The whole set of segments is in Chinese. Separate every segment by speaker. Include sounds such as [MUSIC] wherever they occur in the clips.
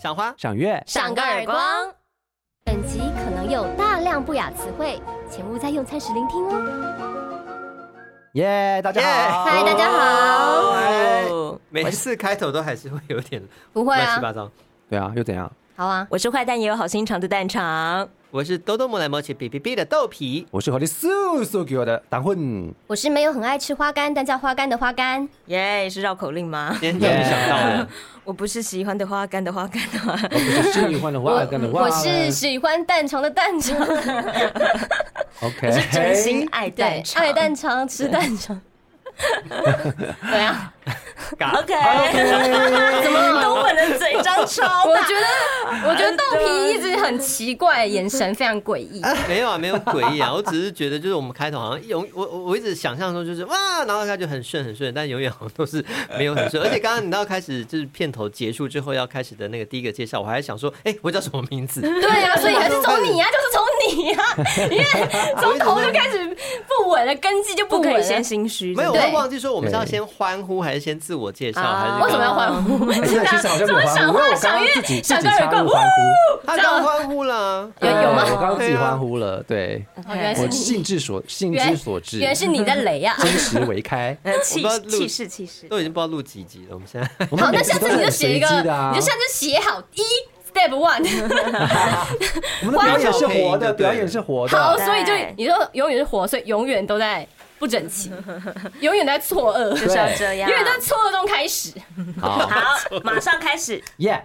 Speaker 1: 赏花、
Speaker 2: 赏月，
Speaker 3: 赏个耳光。
Speaker 4: 本集可能有大量不雅词汇，请勿在用餐时聆听哦。
Speaker 2: 耶！大家好，
Speaker 3: 哦
Speaker 4: 嗨，大家
Speaker 1: 哎
Speaker 3: 好，
Speaker 1: 每
Speaker 3: 我是
Speaker 1: 次开头都还是会有点
Speaker 4: 不 [LAUGHS] 会
Speaker 1: 乱
Speaker 4: 啊
Speaker 1: 七，八糟。
Speaker 2: 对啊，又怎样？
Speaker 4: 好啊，
Speaker 3: 我是坏蛋也有好心肠的蛋肠，
Speaker 1: 我是兜兜摸来摸去比比比的豆皮，
Speaker 2: 我是和你素素给我的党 [LAUGHS] 混，
Speaker 4: 我是没有很爱吃花干，但叫花干的花干。
Speaker 3: 耶、是绕口令吗？
Speaker 1: 今天终于想到了，
Speaker 3: 我不是喜欢的花干的花干的花，
Speaker 2: 我是喜欢的话跟的话，
Speaker 4: 我是喜欢蛋肠的蛋肠，
Speaker 2: OK，
Speaker 3: 我是
Speaker 2: [LAUGHS]
Speaker 3: 真心爱
Speaker 4: 对
Speaker 3: 蛋，肠，
Speaker 4: 爱蛋肠，吃蛋肠。对啊，
Speaker 1: 嘎
Speaker 3: OK，怎么东莞的嘴张超
Speaker 4: 我
Speaker 3: 大？
Speaker 4: 觉得，我觉得豆皮一直很奇怪，眼神非常诡异。
Speaker 1: 没有啊，没有诡异啊，我只是觉得就是我们开头好像永我我我一直想象说就是哇，然后他就很顺很顺，但永远好像都是没有很顺。而且刚刚你到开始就是片头结束之后要开始的那个第一个介绍，我还想说，哎、我叫什么名字？
Speaker 4: 对啊， [LAUGHS] 所以还是从你呀、就是从你呀、因为从头就开始不稳了，根基就不
Speaker 3: 不
Speaker 4: 稳
Speaker 3: 可
Speaker 4: 了。
Speaker 3: 以先心虚，
Speaker 1: 没有，我
Speaker 4: 对
Speaker 1: 会忘记说我们是要先欢呼还是先自我介绍，还是
Speaker 3: 啊。
Speaker 4: 为什么要欢呼？
Speaker 2: 不是，其实
Speaker 4: [LAUGHS]
Speaker 2: 好像没有欢
Speaker 4: 想
Speaker 2: 呼，因为我
Speaker 4: 花
Speaker 2: 刚
Speaker 4: 赏
Speaker 2: 刚
Speaker 4: 月
Speaker 2: 自己自
Speaker 4: 想
Speaker 2: 己
Speaker 4: 个耳
Speaker 2: 插
Speaker 4: 光
Speaker 2: 入欢呼，
Speaker 1: 他刚欢呼了，
Speaker 4: [LAUGHS] 有有吗
Speaker 2: 对我刚刚自己
Speaker 1: 对啊
Speaker 2: 欢呼了，对，
Speaker 4: 哦原来是
Speaker 2: 我
Speaker 4: 你
Speaker 2: 兴致所兴
Speaker 4: 原
Speaker 2: 致所至，
Speaker 4: 原来是你在雷啊呀、
Speaker 2: 真实为开
Speaker 3: 呃气
Speaker 1: 我不知道录
Speaker 3: 气势气势，
Speaker 1: 都已经不知道录几集了，我们现在。
Speaker 2: 我
Speaker 4: 好，
Speaker 2: 们
Speaker 4: 那
Speaker 2: 每
Speaker 4: 下
Speaker 2: 次都
Speaker 4: 次
Speaker 2: 是
Speaker 4: 你就
Speaker 2: 很
Speaker 4: 写一
Speaker 2: 随
Speaker 4: 个，
Speaker 2: 机的啊，
Speaker 4: 你就下次写好一 step one，
Speaker 2: 我们的表演是活
Speaker 1: 欢
Speaker 2: 的，
Speaker 1: 迎
Speaker 2: 表演是活的。
Speaker 4: 好，所以就
Speaker 3: 对
Speaker 4: 你就永远是活，所以永远都在不整齐，永远都在错愕，
Speaker 3: 就是要这样，
Speaker 4: 永远都在错愕中开始。
Speaker 2: 好
Speaker 4: [LAUGHS]
Speaker 3: 好，马上开始。
Speaker 2: 耶，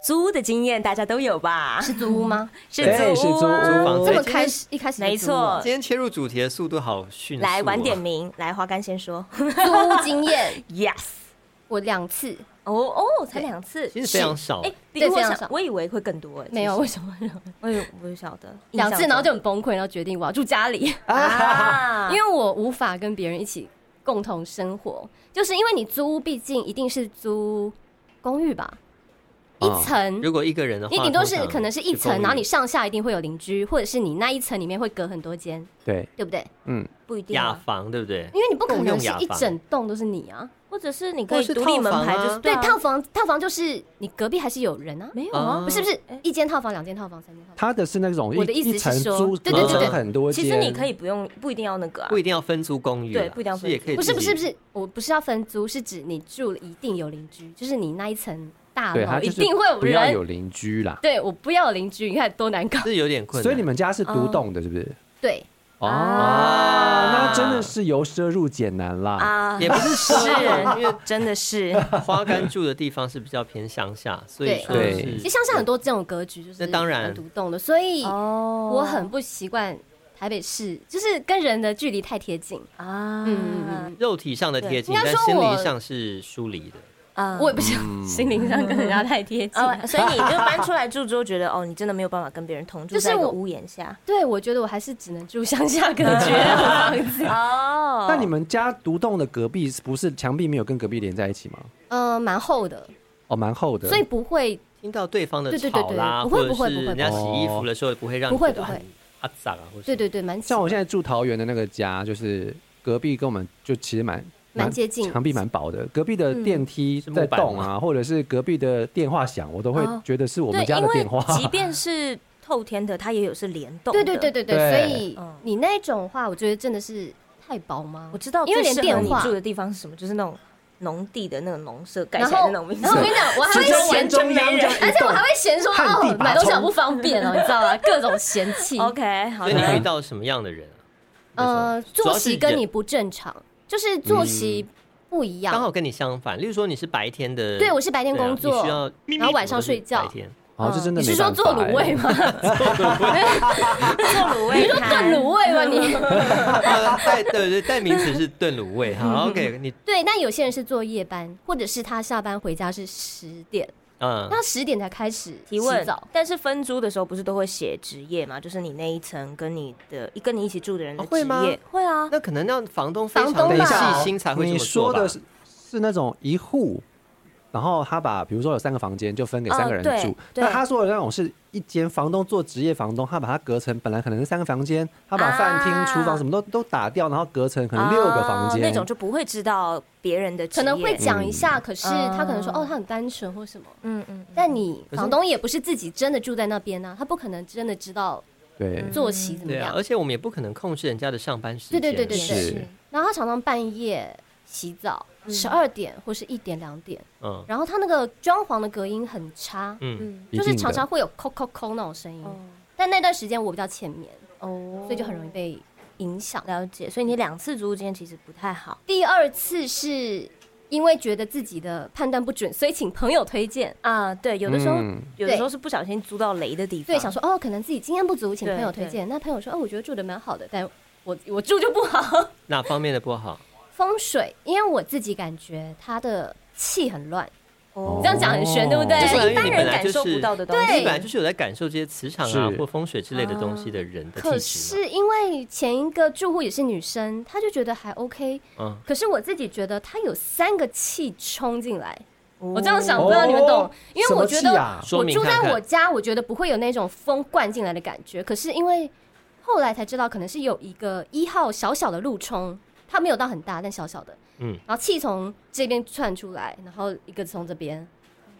Speaker 3: 租屋的经验大家都有吧？是
Speaker 4: 租屋吗？
Speaker 3: 是
Speaker 2: 对
Speaker 3: 租屋
Speaker 2: 是租
Speaker 3: 啊
Speaker 2: 屋
Speaker 1: 房子
Speaker 4: 这么开始一开始就
Speaker 3: 没
Speaker 4: 租屋
Speaker 3: 错
Speaker 1: 今天切入主题的速度好迅速、啊
Speaker 3: 来晚点。名，来花干先说。
Speaker 4: [LAUGHS] 租屋经验
Speaker 3: yes，
Speaker 4: 我两次，
Speaker 3: 哦哦，才两次，
Speaker 1: 其实非常少
Speaker 3: 哎，比
Speaker 4: 对
Speaker 3: 我
Speaker 4: 非常
Speaker 3: 想
Speaker 4: 少，
Speaker 3: 我以为会更多哎，
Speaker 4: 没有
Speaker 3: 其
Speaker 4: 为
Speaker 3: 实
Speaker 4: 什么
Speaker 3: 我有我有晓得
Speaker 4: 两次，然后就
Speaker 3: 印
Speaker 4: 很崩溃，然后决定我要住家里。
Speaker 3: 象中啊，
Speaker 4: 因为我无法跟别人一起共同生活，就是因为你租屋，毕竟一定是租公寓吧，一
Speaker 2: 哦
Speaker 4: 层。
Speaker 1: 如果一个人的话，
Speaker 4: 你顶多
Speaker 1: 通
Speaker 4: 是
Speaker 1: 常
Speaker 4: 可能是一层，然后你上下一定会有邻居，或者是你那一层里面会隔很多间，
Speaker 2: 对，
Speaker 4: 对不对？
Speaker 2: 嗯，
Speaker 3: 不一定
Speaker 1: 雅
Speaker 3: 啊，
Speaker 1: 房，对不对？
Speaker 4: 因为你不可
Speaker 1: 共
Speaker 4: 能
Speaker 1: 用
Speaker 4: 是
Speaker 1: 雅
Speaker 4: 一
Speaker 1: 房
Speaker 4: 整栋都是你啊。
Speaker 3: 或者是你可
Speaker 1: 或
Speaker 3: 以
Speaker 1: 是
Speaker 3: 独立
Speaker 1: 套
Speaker 3: 门
Speaker 1: 房
Speaker 3: 牌，
Speaker 1: 啊
Speaker 3: 就是
Speaker 4: 对，
Speaker 3: 啊
Speaker 4: 套房套房就是你隔壁还是有人啊，
Speaker 3: 没有啊
Speaker 1: 啊，
Speaker 4: 不是不是
Speaker 3: 哎
Speaker 4: 一间套房、两间套房、三间套房，
Speaker 2: 他的是那种一
Speaker 4: 我的意思是
Speaker 2: 一层
Speaker 4: 说
Speaker 2: 租，
Speaker 4: 对
Speaker 1: 对对
Speaker 2: 隔
Speaker 1: 对
Speaker 2: 很多间，
Speaker 3: 其实你可以不用，不一定要那个啊
Speaker 1: 不，一定要分租公寓啦，啊
Speaker 3: 对不一定要分租
Speaker 1: 是也可以
Speaker 4: 不
Speaker 1: 自
Speaker 4: 是
Speaker 1: 己。
Speaker 4: 不是不是，我不是要分租，是指你住了一定有邻居，就是你那一层大
Speaker 2: 对，他
Speaker 4: 楼
Speaker 2: 就
Speaker 4: 一
Speaker 2: 是
Speaker 4: 定会有
Speaker 2: 不要
Speaker 4: 人，
Speaker 2: 有邻居啦。
Speaker 4: 对，我不要邻居，你看多难搞。
Speaker 1: 是有点困难。
Speaker 2: 所以你们家是独栋的，是不是？
Speaker 4: 对，
Speaker 2: 哦，
Speaker 3: 啊
Speaker 2: 那真的是由奢入俭难啦。
Speaker 3: 啊
Speaker 1: 也不
Speaker 4: [LAUGHS]
Speaker 1: 是 [LAUGHS]
Speaker 3: 是
Speaker 1: 奢因为，
Speaker 3: 真的是， [LAUGHS]
Speaker 1: 花干住的地方是比较偏乡下，所以
Speaker 4: 对
Speaker 1: 说
Speaker 2: 对
Speaker 1: 是
Speaker 4: 其实乡下很多这种格局就是
Speaker 1: 那当然
Speaker 4: 蛮独栋的，所以
Speaker 3: 哦
Speaker 4: 我很不习惯台北市，就是跟人的距离太贴近。
Speaker 3: 啊，
Speaker 4: 嗯嗯
Speaker 1: 肉体上的贴近，
Speaker 4: 应该
Speaker 1: 但
Speaker 4: 说
Speaker 1: 心
Speaker 4: 我
Speaker 1: 灵上是疏离的。
Speaker 3: 嗯
Speaker 4: 我也不想心灵上跟人家太贴近。
Speaker 3: 哦，所以你就搬出来住之后，觉得哦，你真的没有办法跟别人同住
Speaker 4: 就是
Speaker 3: 在一个
Speaker 4: 我
Speaker 3: 屋檐下
Speaker 4: 对，我觉得我还是只能住乡下 [LAUGHS] 格局的房子。
Speaker 3: [LAUGHS] 哦。
Speaker 2: 那你们家独栋的隔壁不是墙壁没有跟隔壁连在一起吗？
Speaker 4: [LAUGHS] 呃，蛮厚的，
Speaker 2: 哦，蛮厚的。
Speaker 4: 所以不会。
Speaker 1: 听到对方的
Speaker 4: 对对对
Speaker 1: 吵啦，
Speaker 4: 对对不会
Speaker 1: 或者
Speaker 4: 不会
Speaker 1: 是
Speaker 4: 不会
Speaker 1: 人家洗衣服的时候，也不会让你
Speaker 4: 不会
Speaker 1: 觉得
Speaker 4: 不会
Speaker 1: 很阿杂啊，或者
Speaker 4: 对对对，蛮
Speaker 2: 像我现在住桃园的那个家，就是隔壁跟我们就其实蛮
Speaker 4: 蛮接近
Speaker 2: 墙壁蛮薄的。隔壁的电梯
Speaker 1: 是木
Speaker 2: 在
Speaker 1: 板
Speaker 2: 动啊，或者是隔壁的电话响，我都会
Speaker 3: 哦
Speaker 2: 觉得是我们
Speaker 3: 对，
Speaker 2: 家
Speaker 3: 因
Speaker 2: 的
Speaker 3: 为
Speaker 2: 电话。 [LAUGHS]
Speaker 3: 即便是透天的，它也有是联动
Speaker 4: 对
Speaker 3: 的。
Speaker 4: 对对对对，
Speaker 2: 对
Speaker 4: 所以
Speaker 3: 嗯
Speaker 4: 你那种话，我觉得真的是太薄吗
Speaker 3: 我？知道，
Speaker 4: 因为连电
Speaker 3: 你
Speaker 4: 话
Speaker 3: 住的地方是什么，就是那种农地的那个农舍盖
Speaker 4: 然
Speaker 3: 起来
Speaker 4: 后，
Speaker 3: 的
Speaker 4: 然
Speaker 3: 那
Speaker 4: 后
Speaker 3: 种
Speaker 4: 我跟你。
Speaker 3: 民宿
Speaker 4: 讲，我
Speaker 2: [LAUGHS]
Speaker 4: 还会
Speaker 2: 中间
Speaker 4: 嫌
Speaker 2: 中央这样
Speaker 4: 而
Speaker 2: 一
Speaker 4: 且
Speaker 2: 栋
Speaker 4: 我还，会嫌说
Speaker 2: 旱地
Speaker 4: 哦，
Speaker 2: 拔
Speaker 4: 买东西
Speaker 2: 葱
Speaker 4: 好不方便哦，你知道 [LAUGHS] 吗？各种嫌弃。
Speaker 3: OK，
Speaker 1: 所
Speaker 3: 好
Speaker 1: 以你遇
Speaker 3: 的。
Speaker 1: 到什么样的人啊？
Speaker 4: 呃，作息跟
Speaker 1: 主要是
Speaker 4: 你
Speaker 1: 人
Speaker 4: 不正常，就是作息
Speaker 2: 嗯
Speaker 4: 不一
Speaker 1: 刚好
Speaker 4: 样。
Speaker 1: 跟你相反，例如说你是白天的，
Speaker 4: 对，我是白天
Speaker 1: 对啊
Speaker 4: 工
Speaker 1: 你
Speaker 4: 作
Speaker 1: 需要，
Speaker 4: 然后晚上睡
Speaker 1: 白
Speaker 4: 觉。 [LAUGHS]
Speaker 1: 天 [LAUGHS]
Speaker 2: 哦，这真的
Speaker 4: 嗯你
Speaker 2: 没
Speaker 4: 是说
Speaker 2: 办法
Speaker 4: 做卤味
Speaker 2: [LAUGHS] 欸？
Speaker 4: 吗？
Speaker 3: 做卤味
Speaker 4: 你说炖
Speaker 3: 摊
Speaker 4: 卤味吗？你
Speaker 1: 啊代对对代名词是炖卤味。好，OK，你
Speaker 4: [LAUGHS] 对，但有些人是做夜班，或者是他下班回家是十点，
Speaker 1: 嗯，
Speaker 4: 那十点才开始
Speaker 3: 提问
Speaker 4: 洗澡，
Speaker 3: 但是分租的时候不是都会写职业嘛？就是你那一层跟你的跟你一起住的人的
Speaker 1: 哦
Speaker 3: 职
Speaker 1: 会吗
Speaker 3: 业，会啊。
Speaker 1: 那可能让房东非常
Speaker 4: 房
Speaker 1: 的
Speaker 4: 东吧
Speaker 1: 细心才会这
Speaker 2: 你
Speaker 1: 么
Speaker 2: 说
Speaker 1: 做吧
Speaker 2: 的是是那种一户，然后他把比如说有三个房间就分给三个人
Speaker 4: 哦
Speaker 3: 嗯对
Speaker 2: 住，
Speaker 3: 对
Speaker 2: 那他说的那种是一间房东做职业房东，他把它隔成本来可能是三个房间，他把饭厅、
Speaker 3: 啊
Speaker 2: 厨房什么都都打掉，然后隔成可能六个房间、
Speaker 3: 哦那种就不会知道别人的
Speaker 4: 可
Speaker 3: 职业，
Speaker 4: 能会讲一下，可是
Speaker 3: 嗯
Speaker 4: 他可能说哦，他很单纯或什么。
Speaker 3: 嗯嗯，
Speaker 4: 但你
Speaker 1: 可是
Speaker 4: 房东也不是自己真的住在那边啊呢、他不可能真的知道
Speaker 2: 嗯对，
Speaker 4: 作息怎么
Speaker 1: 对啊，
Speaker 4: 样。
Speaker 1: 而且我们也不可能控制人家的上班时
Speaker 4: 对
Speaker 1: 间。
Speaker 4: 对对对
Speaker 2: 是
Speaker 4: 对。然后他常常半夜洗澡，十二点或是一点两点，
Speaker 1: 嗯
Speaker 4: 然后他那个装潢的隔音很差，
Speaker 1: 嗯，
Speaker 3: 嗯
Speaker 2: 一
Speaker 4: 就
Speaker 2: 定
Speaker 4: 是
Speaker 2: 的
Speaker 4: 常常会有扣扣扣那种声音。
Speaker 3: 哦
Speaker 4: 但那段时间我比较浅眠，
Speaker 3: 哦，
Speaker 4: 所以就很容易被影响。
Speaker 3: 了解，所以你两次租屋经验其实不太好
Speaker 4: 第二次是因为觉得自己的判断不准，所以请朋友推荐。
Speaker 3: 啊。对，有的时候
Speaker 2: 嗯
Speaker 3: 有的时候是不小心租到雷的地方，
Speaker 4: 对，想说哦，可能自己经验不足，请
Speaker 3: 对
Speaker 4: 朋友推荐。那朋友说哦，我觉得住的蛮好的，但我我住就不好。
Speaker 1: 哪方面的不好？
Speaker 4: 风水，因为我自己感觉它的气很
Speaker 3: [LAUGHS]
Speaker 4: 乱，
Speaker 3: 哦
Speaker 4: 你这样讲很玄，对不对？
Speaker 1: 就
Speaker 3: 就是
Speaker 1: 是因为
Speaker 3: 一般
Speaker 1: 你本
Speaker 3: 人
Speaker 1: 来
Speaker 3: 感
Speaker 1: 就是
Speaker 3: 受不到的东
Speaker 4: 对
Speaker 1: 你
Speaker 3: 西
Speaker 1: 本。来就是有在感受这些磁场啊
Speaker 2: 是
Speaker 1: 或风水之类的东西的人的
Speaker 4: 可
Speaker 1: 气质嘛。
Speaker 4: 是因为前一个住户也是女生，她就觉得还 OK，
Speaker 1: 嗯，
Speaker 4: 可是我自己觉得她有三个气冲进来，
Speaker 3: 我
Speaker 4: 我这样想，不知道你们懂，
Speaker 2: 哦
Speaker 4: 因为我觉
Speaker 2: 什么气
Speaker 4: 得
Speaker 2: 啊
Speaker 1: 说
Speaker 4: 我
Speaker 1: 明
Speaker 4: 住在
Speaker 1: 看看
Speaker 4: 我家，我觉得不会有那种风灌进来的感觉。可是因为后来才知道，可能是有一个一号小小的路冲，它没有到很大，但小小的，
Speaker 1: 嗯，
Speaker 4: 然后气从这边窜出来，然后一个从这边，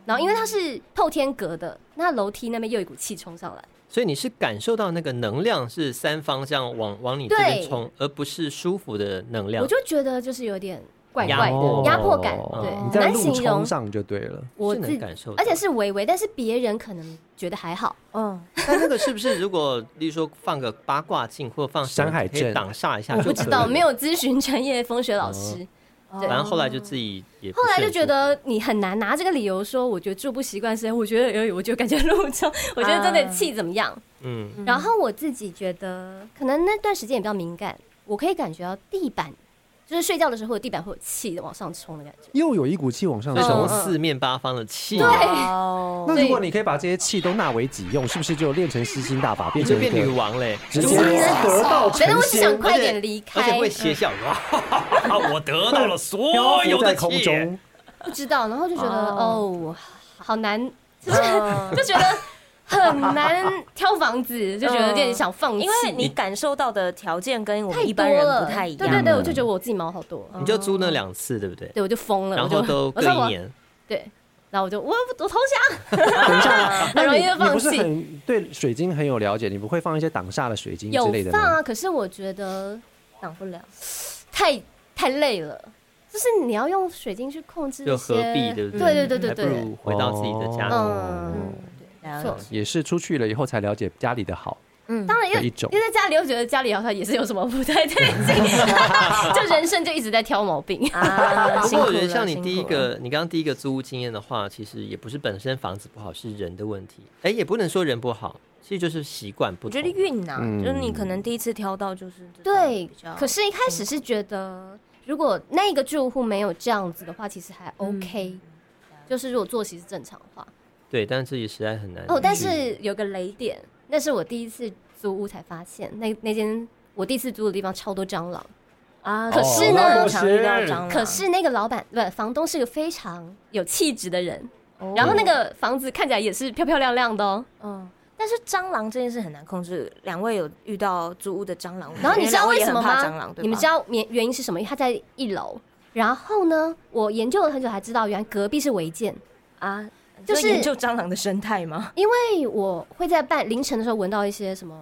Speaker 4: 然后因为它是透天隔的，那楼梯那边又有一股气冲上来，
Speaker 1: 所以你是感受到那个能量是三方向往往你这边
Speaker 4: 对
Speaker 1: 冲，而不是舒服的能量
Speaker 4: 我。就觉得就是有点怪
Speaker 1: 压
Speaker 4: 怪
Speaker 1: 迫
Speaker 4: 的压迫感，
Speaker 2: 哦
Speaker 4: 对，
Speaker 2: 你
Speaker 4: 很
Speaker 2: 在
Speaker 4: 难
Speaker 2: 路
Speaker 4: 形容
Speaker 2: 冲。上就对了。
Speaker 4: 我
Speaker 1: 是
Speaker 4: 自
Speaker 1: 能感受到
Speaker 4: 而且是微微，但是别人可能觉得还好。
Speaker 3: 嗯，
Speaker 1: 但那个是不是如果，例如说放个八卦镜或放什么
Speaker 2: 山海
Speaker 1: 可以
Speaker 2: 阵
Speaker 1: 挡煞一下
Speaker 2: 我
Speaker 1: 就
Speaker 4: 不
Speaker 1: 可以
Speaker 4: 知道，
Speaker 1: 了
Speaker 4: 没有。咨询专业风水老师。
Speaker 3: 哦嗯
Speaker 4: 对
Speaker 1: 反正后来就自己也不
Speaker 4: 后
Speaker 1: 是
Speaker 4: 来
Speaker 1: 很
Speaker 4: 就觉
Speaker 1: 舒服
Speaker 4: 得你很难拿这个理由说，我觉得住不习惯，所以我觉得，哎，我就感觉路冲，我觉得真的气怎么样？
Speaker 1: 嗯
Speaker 3: 啊嗯
Speaker 4: 然后我自己觉得，可能那段时间也比较敏感，我可以感觉到地板，就是睡觉的时候地板会有气往上冲的感觉。
Speaker 2: 又有一股气往上
Speaker 1: 所以从
Speaker 2: 冲
Speaker 3: 嗯，
Speaker 1: 四面八方的气，
Speaker 4: 对 [LAUGHS]
Speaker 3: 哦
Speaker 2: 那如果你可以把这些气都纳为己用，是不是就练成吸星大法，
Speaker 1: 你
Speaker 2: 变
Speaker 1: 就
Speaker 2: 成一
Speaker 1: 变女
Speaker 2: 个
Speaker 1: 王嘞，
Speaker 2: 直
Speaker 1: 就
Speaker 2: 接
Speaker 4: [LAUGHS]
Speaker 1: 是
Speaker 2: 得
Speaker 3: 哦
Speaker 2: 到
Speaker 4: 反正
Speaker 2: 成
Speaker 4: 我只想
Speaker 2: 仙，
Speaker 4: 快点离
Speaker 1: 而且
Speaker 4: 开，
Speaker 1: 会邪
Speaker 4: [LAUGHS]
Speaker 1: 笑，哇，我得到了
Speaker 2: 漂
Speaker 1: 所哦有
Speaker 2: 浮
Speaker 1: 的
Speaker 2: 在
Speaker 1: 气
Speaker 2: 空中，
Speaker 4: 不知道，然后就觉得
Speaker 3: 哦
Speaker 4: 哦，好难，
Speaker 3: 嗯
Speaker 4: 就觉得很难挑房子，就觉得有点想放弃，
Speaker 3: 因为你感受到的条件跟嗯我
Speaker 4: 太
Speaker 3: 们一
Speaker 4: 多
Speaker 3: 般人
Speaker 4: 了，
Speaker 3: 不太一样，
Speaker 4: 对对对，我就觉得我自己毛好多，
Speaker 1: 你就租那两次，对不对？
Speaker 4: 对我就疯了，
Speaker 1: 然
Speaker 4: 我就
Speaker 1: 后都
Speaker 4: 我
Speaker 1: 各
Speaker 4: 说
Speaker 1: 一
Speaker 4: 我
Speaker 1: 年，
Speaker 4: 对，然后我就我我投降，
Speaker 2: 等一下，
Speaker 4: 很
Speaker 2: 那
Speaker 4: 容易
Speaker 2: 你
Speaker 4: 就
Speaker 2: 你不
Speaker 4: 放
Speaker 2: 是
Speaker 4: 弃
Speaker 2: 很对水晶很有了解，你不会放一些挡煞的水晶嗯之
Speaker 4: 有
Speaker 2: 类的
Speaker 4: 放
Speaker 2: 吗？
Speaker 4: 啊，可是我觉得
Speaker 3: 挡不了。
Speaker 4: 太太累了。就是你要用水晶去控制
Speaker 1: 就
Speaker 4: 一
Speaker 1: 何
Speaker 4: 些，
Speaker 1: 必对不
Speaker 4: 对
Speaker 1: 对
Speaker 4: 对对对
Speaker 1: 还不
Speaker 4: 对，
Speaker 1: 如回啊到自己的家。
Speaker 2: 哦
Speaker 4: 嗯，
Speaker 3: 了
Speaker 4: 错
Speaker 3: 解
Speaker 2: 也是出去了以后才了解家里的好
Speaker 3: 嗯，
Speaker 4: 当然又
Speaker 2: 的一种
Speaker 4: 因。为在家里又觉得家里好像也是有什么不太对劲，
Speaker 2: [LAUGHS]
Speaker 4: 就人生就一直在挑毛病。
Speaker 3: 啊，
Speaker 1: 不
Speaker 3: 辛
Speaker 1: 过我
Speaker 3: 苦
Speaker 1: 觉得
Speaker 3: 了
Speaker 1: 像你第一，
Speaker 3: 辛苦了
Speaker 1: 个，你刚刚第一个租屋经验的话，其实也不是本身房子不好，是人的问题。哎，也不能说人不好，其实就是习惯不
Speaker 3: 我
Speaker 1: 同
Speaker 3: 觉得。运呐，
Speaker 2: 嗯
Speaker 3: 就是你可能第一次挑到就是这种
Speaker 4: 对
Speaker 3: 比较，
Speaker 4: 可是一开始是觉得，如果那个住户没有这样子的话，其实还
Speaker 3: 嗯
Speaker 4: OK，就是如果作息是正常的话。
Speaker 1: 对，但是也实在很难去。
Speaker 4: 哦，但是有个雷点，那是我第一次租屋才发现，那那间我第一次租的地方超多蟑螂。
Speaker 3: 啊，
Speaker 4: 可是呢
Speaker 3: 我常遇到蟑螂
Speaker 4: 可是那个老板不，房东是个非常有气质的人，
Speaker 3: 哦
Speaker 4: 然后那个房子看起来也是漂漂亮亮的哦。
Speaker 3: 嗯。但是蟑螂这件事很难控制，两位有遇到租屋的蟑螂吗，
Speaker 4: 然后你知道为什么
Speaker 3: 嗯因两位也很怕蟑
Speaker 4: 吗
Speaker 3: 螂，？对吧
Speaker 4: 你们知道原原因是什么？因为他在一楼。然后呢，我研究了很久才知道，原来隔壁是违建。
Speaker 3: 啊，
Speaker 4: 就
Speaker 3: 就是研究蟑螂的生态吗？
Speaker 4: 因为我会在半凌晨的时候闻到一些什么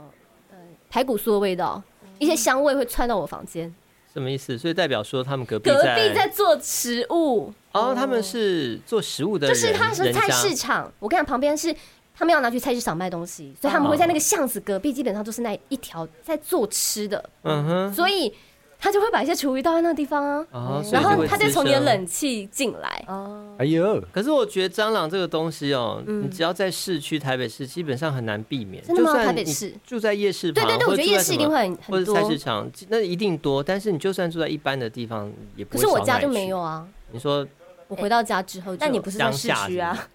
Speaker 4: 呃排骨酥的味道，一
Speaker 3: 嗯
Speaker 4: 些香味会窜到我房间。
Speaker 1: 什么意思？所以代表说他们隔壁
Speaker 4: 隔
Speaker 1: 在
Speaker 4: 壁在做食物，
Speaker 1: 哦，他们是做食物的
Speaker 4: 就
Speaker 1: 人，
Speaker 4: 是他是菜市
Speaker 1: 人家
Speaker 4: 场。我跟你讲，旁边是他们要拿去菜市场卖东西，所以他
Speaker 1: 哦
Speaker 4: 们会在那个巷子隔壁，基本上就是那一条在做吃的，
Speaker 1: 嗯哼，
Speaker 4: 所以他就会把一些厨余倒在那个地方啊。
Speaker 1: 哦，所以
Speaker 4: 然
Speaker 1: 就
Speaker 4: 后
Speaker 1: 会
Speaker 4: 他再
Speaker 1: 滋
Speaker 4: 从你的
Speaker 1: 生
Speaker 4: 冷气进来，
Speaker 3: 哦，
Speaker 2: 哎呦，
Speaker 1: 可是我觉得蟑螂这个东西哦，
Speaker 3: 嗯
Speaker 1: 你只要在市区，台北市基本上很难避免。
Speaker 4: 真的吗
Speaker 1: 就算
Speaker 4: 台北
Speaker 1: 你
Speaker 4: 市
Speaker 1: 住在夜市
Speaker 4: 对
Speaker 1: 旁，
Speaker 4: 对对，
Speaker 1: 或
Speaker 4: 我
Speaker 1: 者
Speaker 4: 觉得
Speaker 1: 住在
Speaker 4: 夜市
Speaker 1: 什
Speaker 4: 一定
Speaker 1: 么
Speaker 4: 会很
Speaker 1: 或
Speaker 4: 很
Speaker 1: 者菜
Speaker 4: 多
Speaker 1: 市，场，那一定多。但是你就算住在一般的地方，也不
Speaker 4: 可
Speaker 1: 会
Speaker 4: 是我
Speaker 1: 少
Speaker 4: 家
Speaker 1: 哪
Speaker 4: 就
Speaker 1: 里去
Speaker 4: 没有。啊。
Speaker 1: 你说哎
Speaker 4: 我回到家之后就，
Speaker 3: 但你不是在
Speaker 1: 乡
Speaker 3: 市
Speaker 1: 下
Speaker 3: 区啊？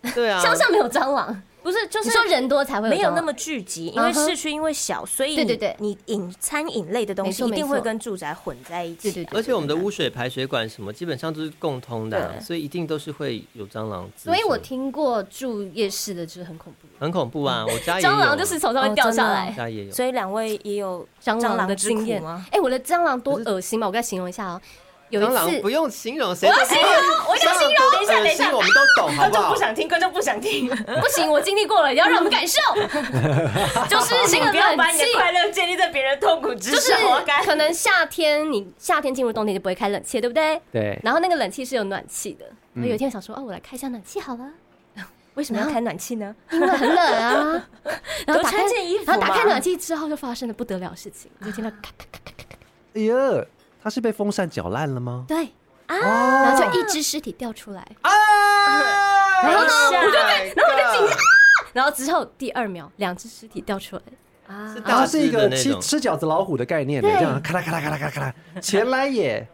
Speaker 4: [LAUGHS]
Speaker 1: 对啊， [LAUGHS]
Speaker 4: 乡下没有蟑螂，
Speaker 3: 不是就
Speaker 4: 你
Speaker 3: 是
Speaker 4: 说人多才会
Speaker 3: 没有
Speaker 4: 蟑
Speaker 3: 那
Speaker 4: 螂
Speaker 3: 么聚集，因为
Speaker 4: 嗯哼
Speaker 3: 市区因为小，所以
Speaker 4: 对对
Speaker 3: 你
Speaker 4: 对
Speaker 3: 你饮餐饮类的东
Speaker 4: 没
Speaker 3: 西
Speaker 4: 错
Speaker 3: 一定
Speaker 4: 没错
Speaker 3: 会跟住宅混在一起
Speaker 4: 对
Speaker 3: 啊。
Speaker 4: 对对
Speaker 1: 而且我们的污水排水管什么，基本上都是共通的啊、
Speaker 3: 对
Speaker 1: 所以一定都是会有蟑螂滋生。
Speaker 4: 所以我听过住夜市的，就是很恐怖，
Speaker 1: 很恐怖啊，我
Speaker 4: [LAUGHS]
Speaker 1: 家也有
Speaker 4: 蟑
Speaker 1: 啊
Speaker 4: 螂就是从上面掉下
Speaker 3: 哦
Speaker 4: 来。
Speaker 1: 家也有。
Speaker 3: 所以两位也有
Speaker 4: 蟑
Speaker 3: 蟑
Speaker 4: 螂
Speaker 3: 螂
Speaker 4: 的
Speaker 3: 之
Speaker 4: 经
Speaker 3: 苦
Speaker 4: 验
Speaker 3: 吗
Speaker 4: 哎、我的蟑螂多恶心嘛！我给大家形容一下哦。有一
Speaker 1: 蟑螂
Speaker 4: [LAUGHS] 次
Speaker 1: 不，用形容，谁都知道。
Speaker 3: 我
Speaker 1: 蟑螂多
Speaker 3: 等一下等
Speaker 1: 恶
Speaker 3: 一下
Speaker 1: 心，我们都懂，好
Speaker 3: 观 [LAUGHS]
Speaker 1: 不
Speaker 3: 众
Speaker 1: 好
Speaker 3: 不？想听，观众不想 [LAUGHS] 听，
Speaker 4: 不行，我经历过了，也要让我们感
Speaker 3: [LAUGHS]
Speaker 4: 受，就是那
Speaker 3: 请
Speaker 4: 个
Speaker 3: 不要把
Speaker 4: 冷
Speaker 3: 你
Speaker 4: 气
Speaker 3: 的，快乐建立在别人的痛苦之
Speaker 4: [LAUGHS] 就是
Speaker 3: 上，我要干
Speaker 4: 可能夏天你夏天进入冬天就不会开冷气，对不对？
Speaker 2: 对，
Speaker 4: 然后那个冷气是有暖气的，我
Speaker 2: 嗯
Speaker 4: 有一天想说，哦，我来开一下暖气好了，
Speaker 3: 为什么要开暖气 [LAUGHS] 呢？
Speaker 4: 因为很冷
Speaker 3: [LAUGHS]
Speaker 4: 啊。然后
Speaker 3: 多
Speaker 4: 打开
Speaker 3: 穿，件衣服啊
Speaker 4: 然后打
Speaker 3: 嘛
Speaker 4: 开暖气之后就发生了不得了的事情，就听到咔咔咔咔咔，
Speaker 2: 哎呀，它是被风扇搅烂了吗？
Speaker 4: 对，
Speaker 2: 哦，
Speaker 3: 啊
Speaker 4: 然后就一只尸体掉出来，
Speaker 1: 啊！
Speaker 4: 然后呢
Speaker 1: 我就被，然后我就紧张。
Speaker 4: 然后之后第二秒两只尸体掉出来，
Speaker 3: 啊
Speaker 1: 是大
Speaker 2: 它是一
Speaker 1: 只的
Speaker 2: 个
Speaker 1: 那
Speaker 2: 吃
Speaker 1: 种
Speaker 2: 吃饺子老虎的概念呢，
Speaker 4: 对
Speaker 2: 这样咔啦咔啦咔啦咔啦咔啦，前来也，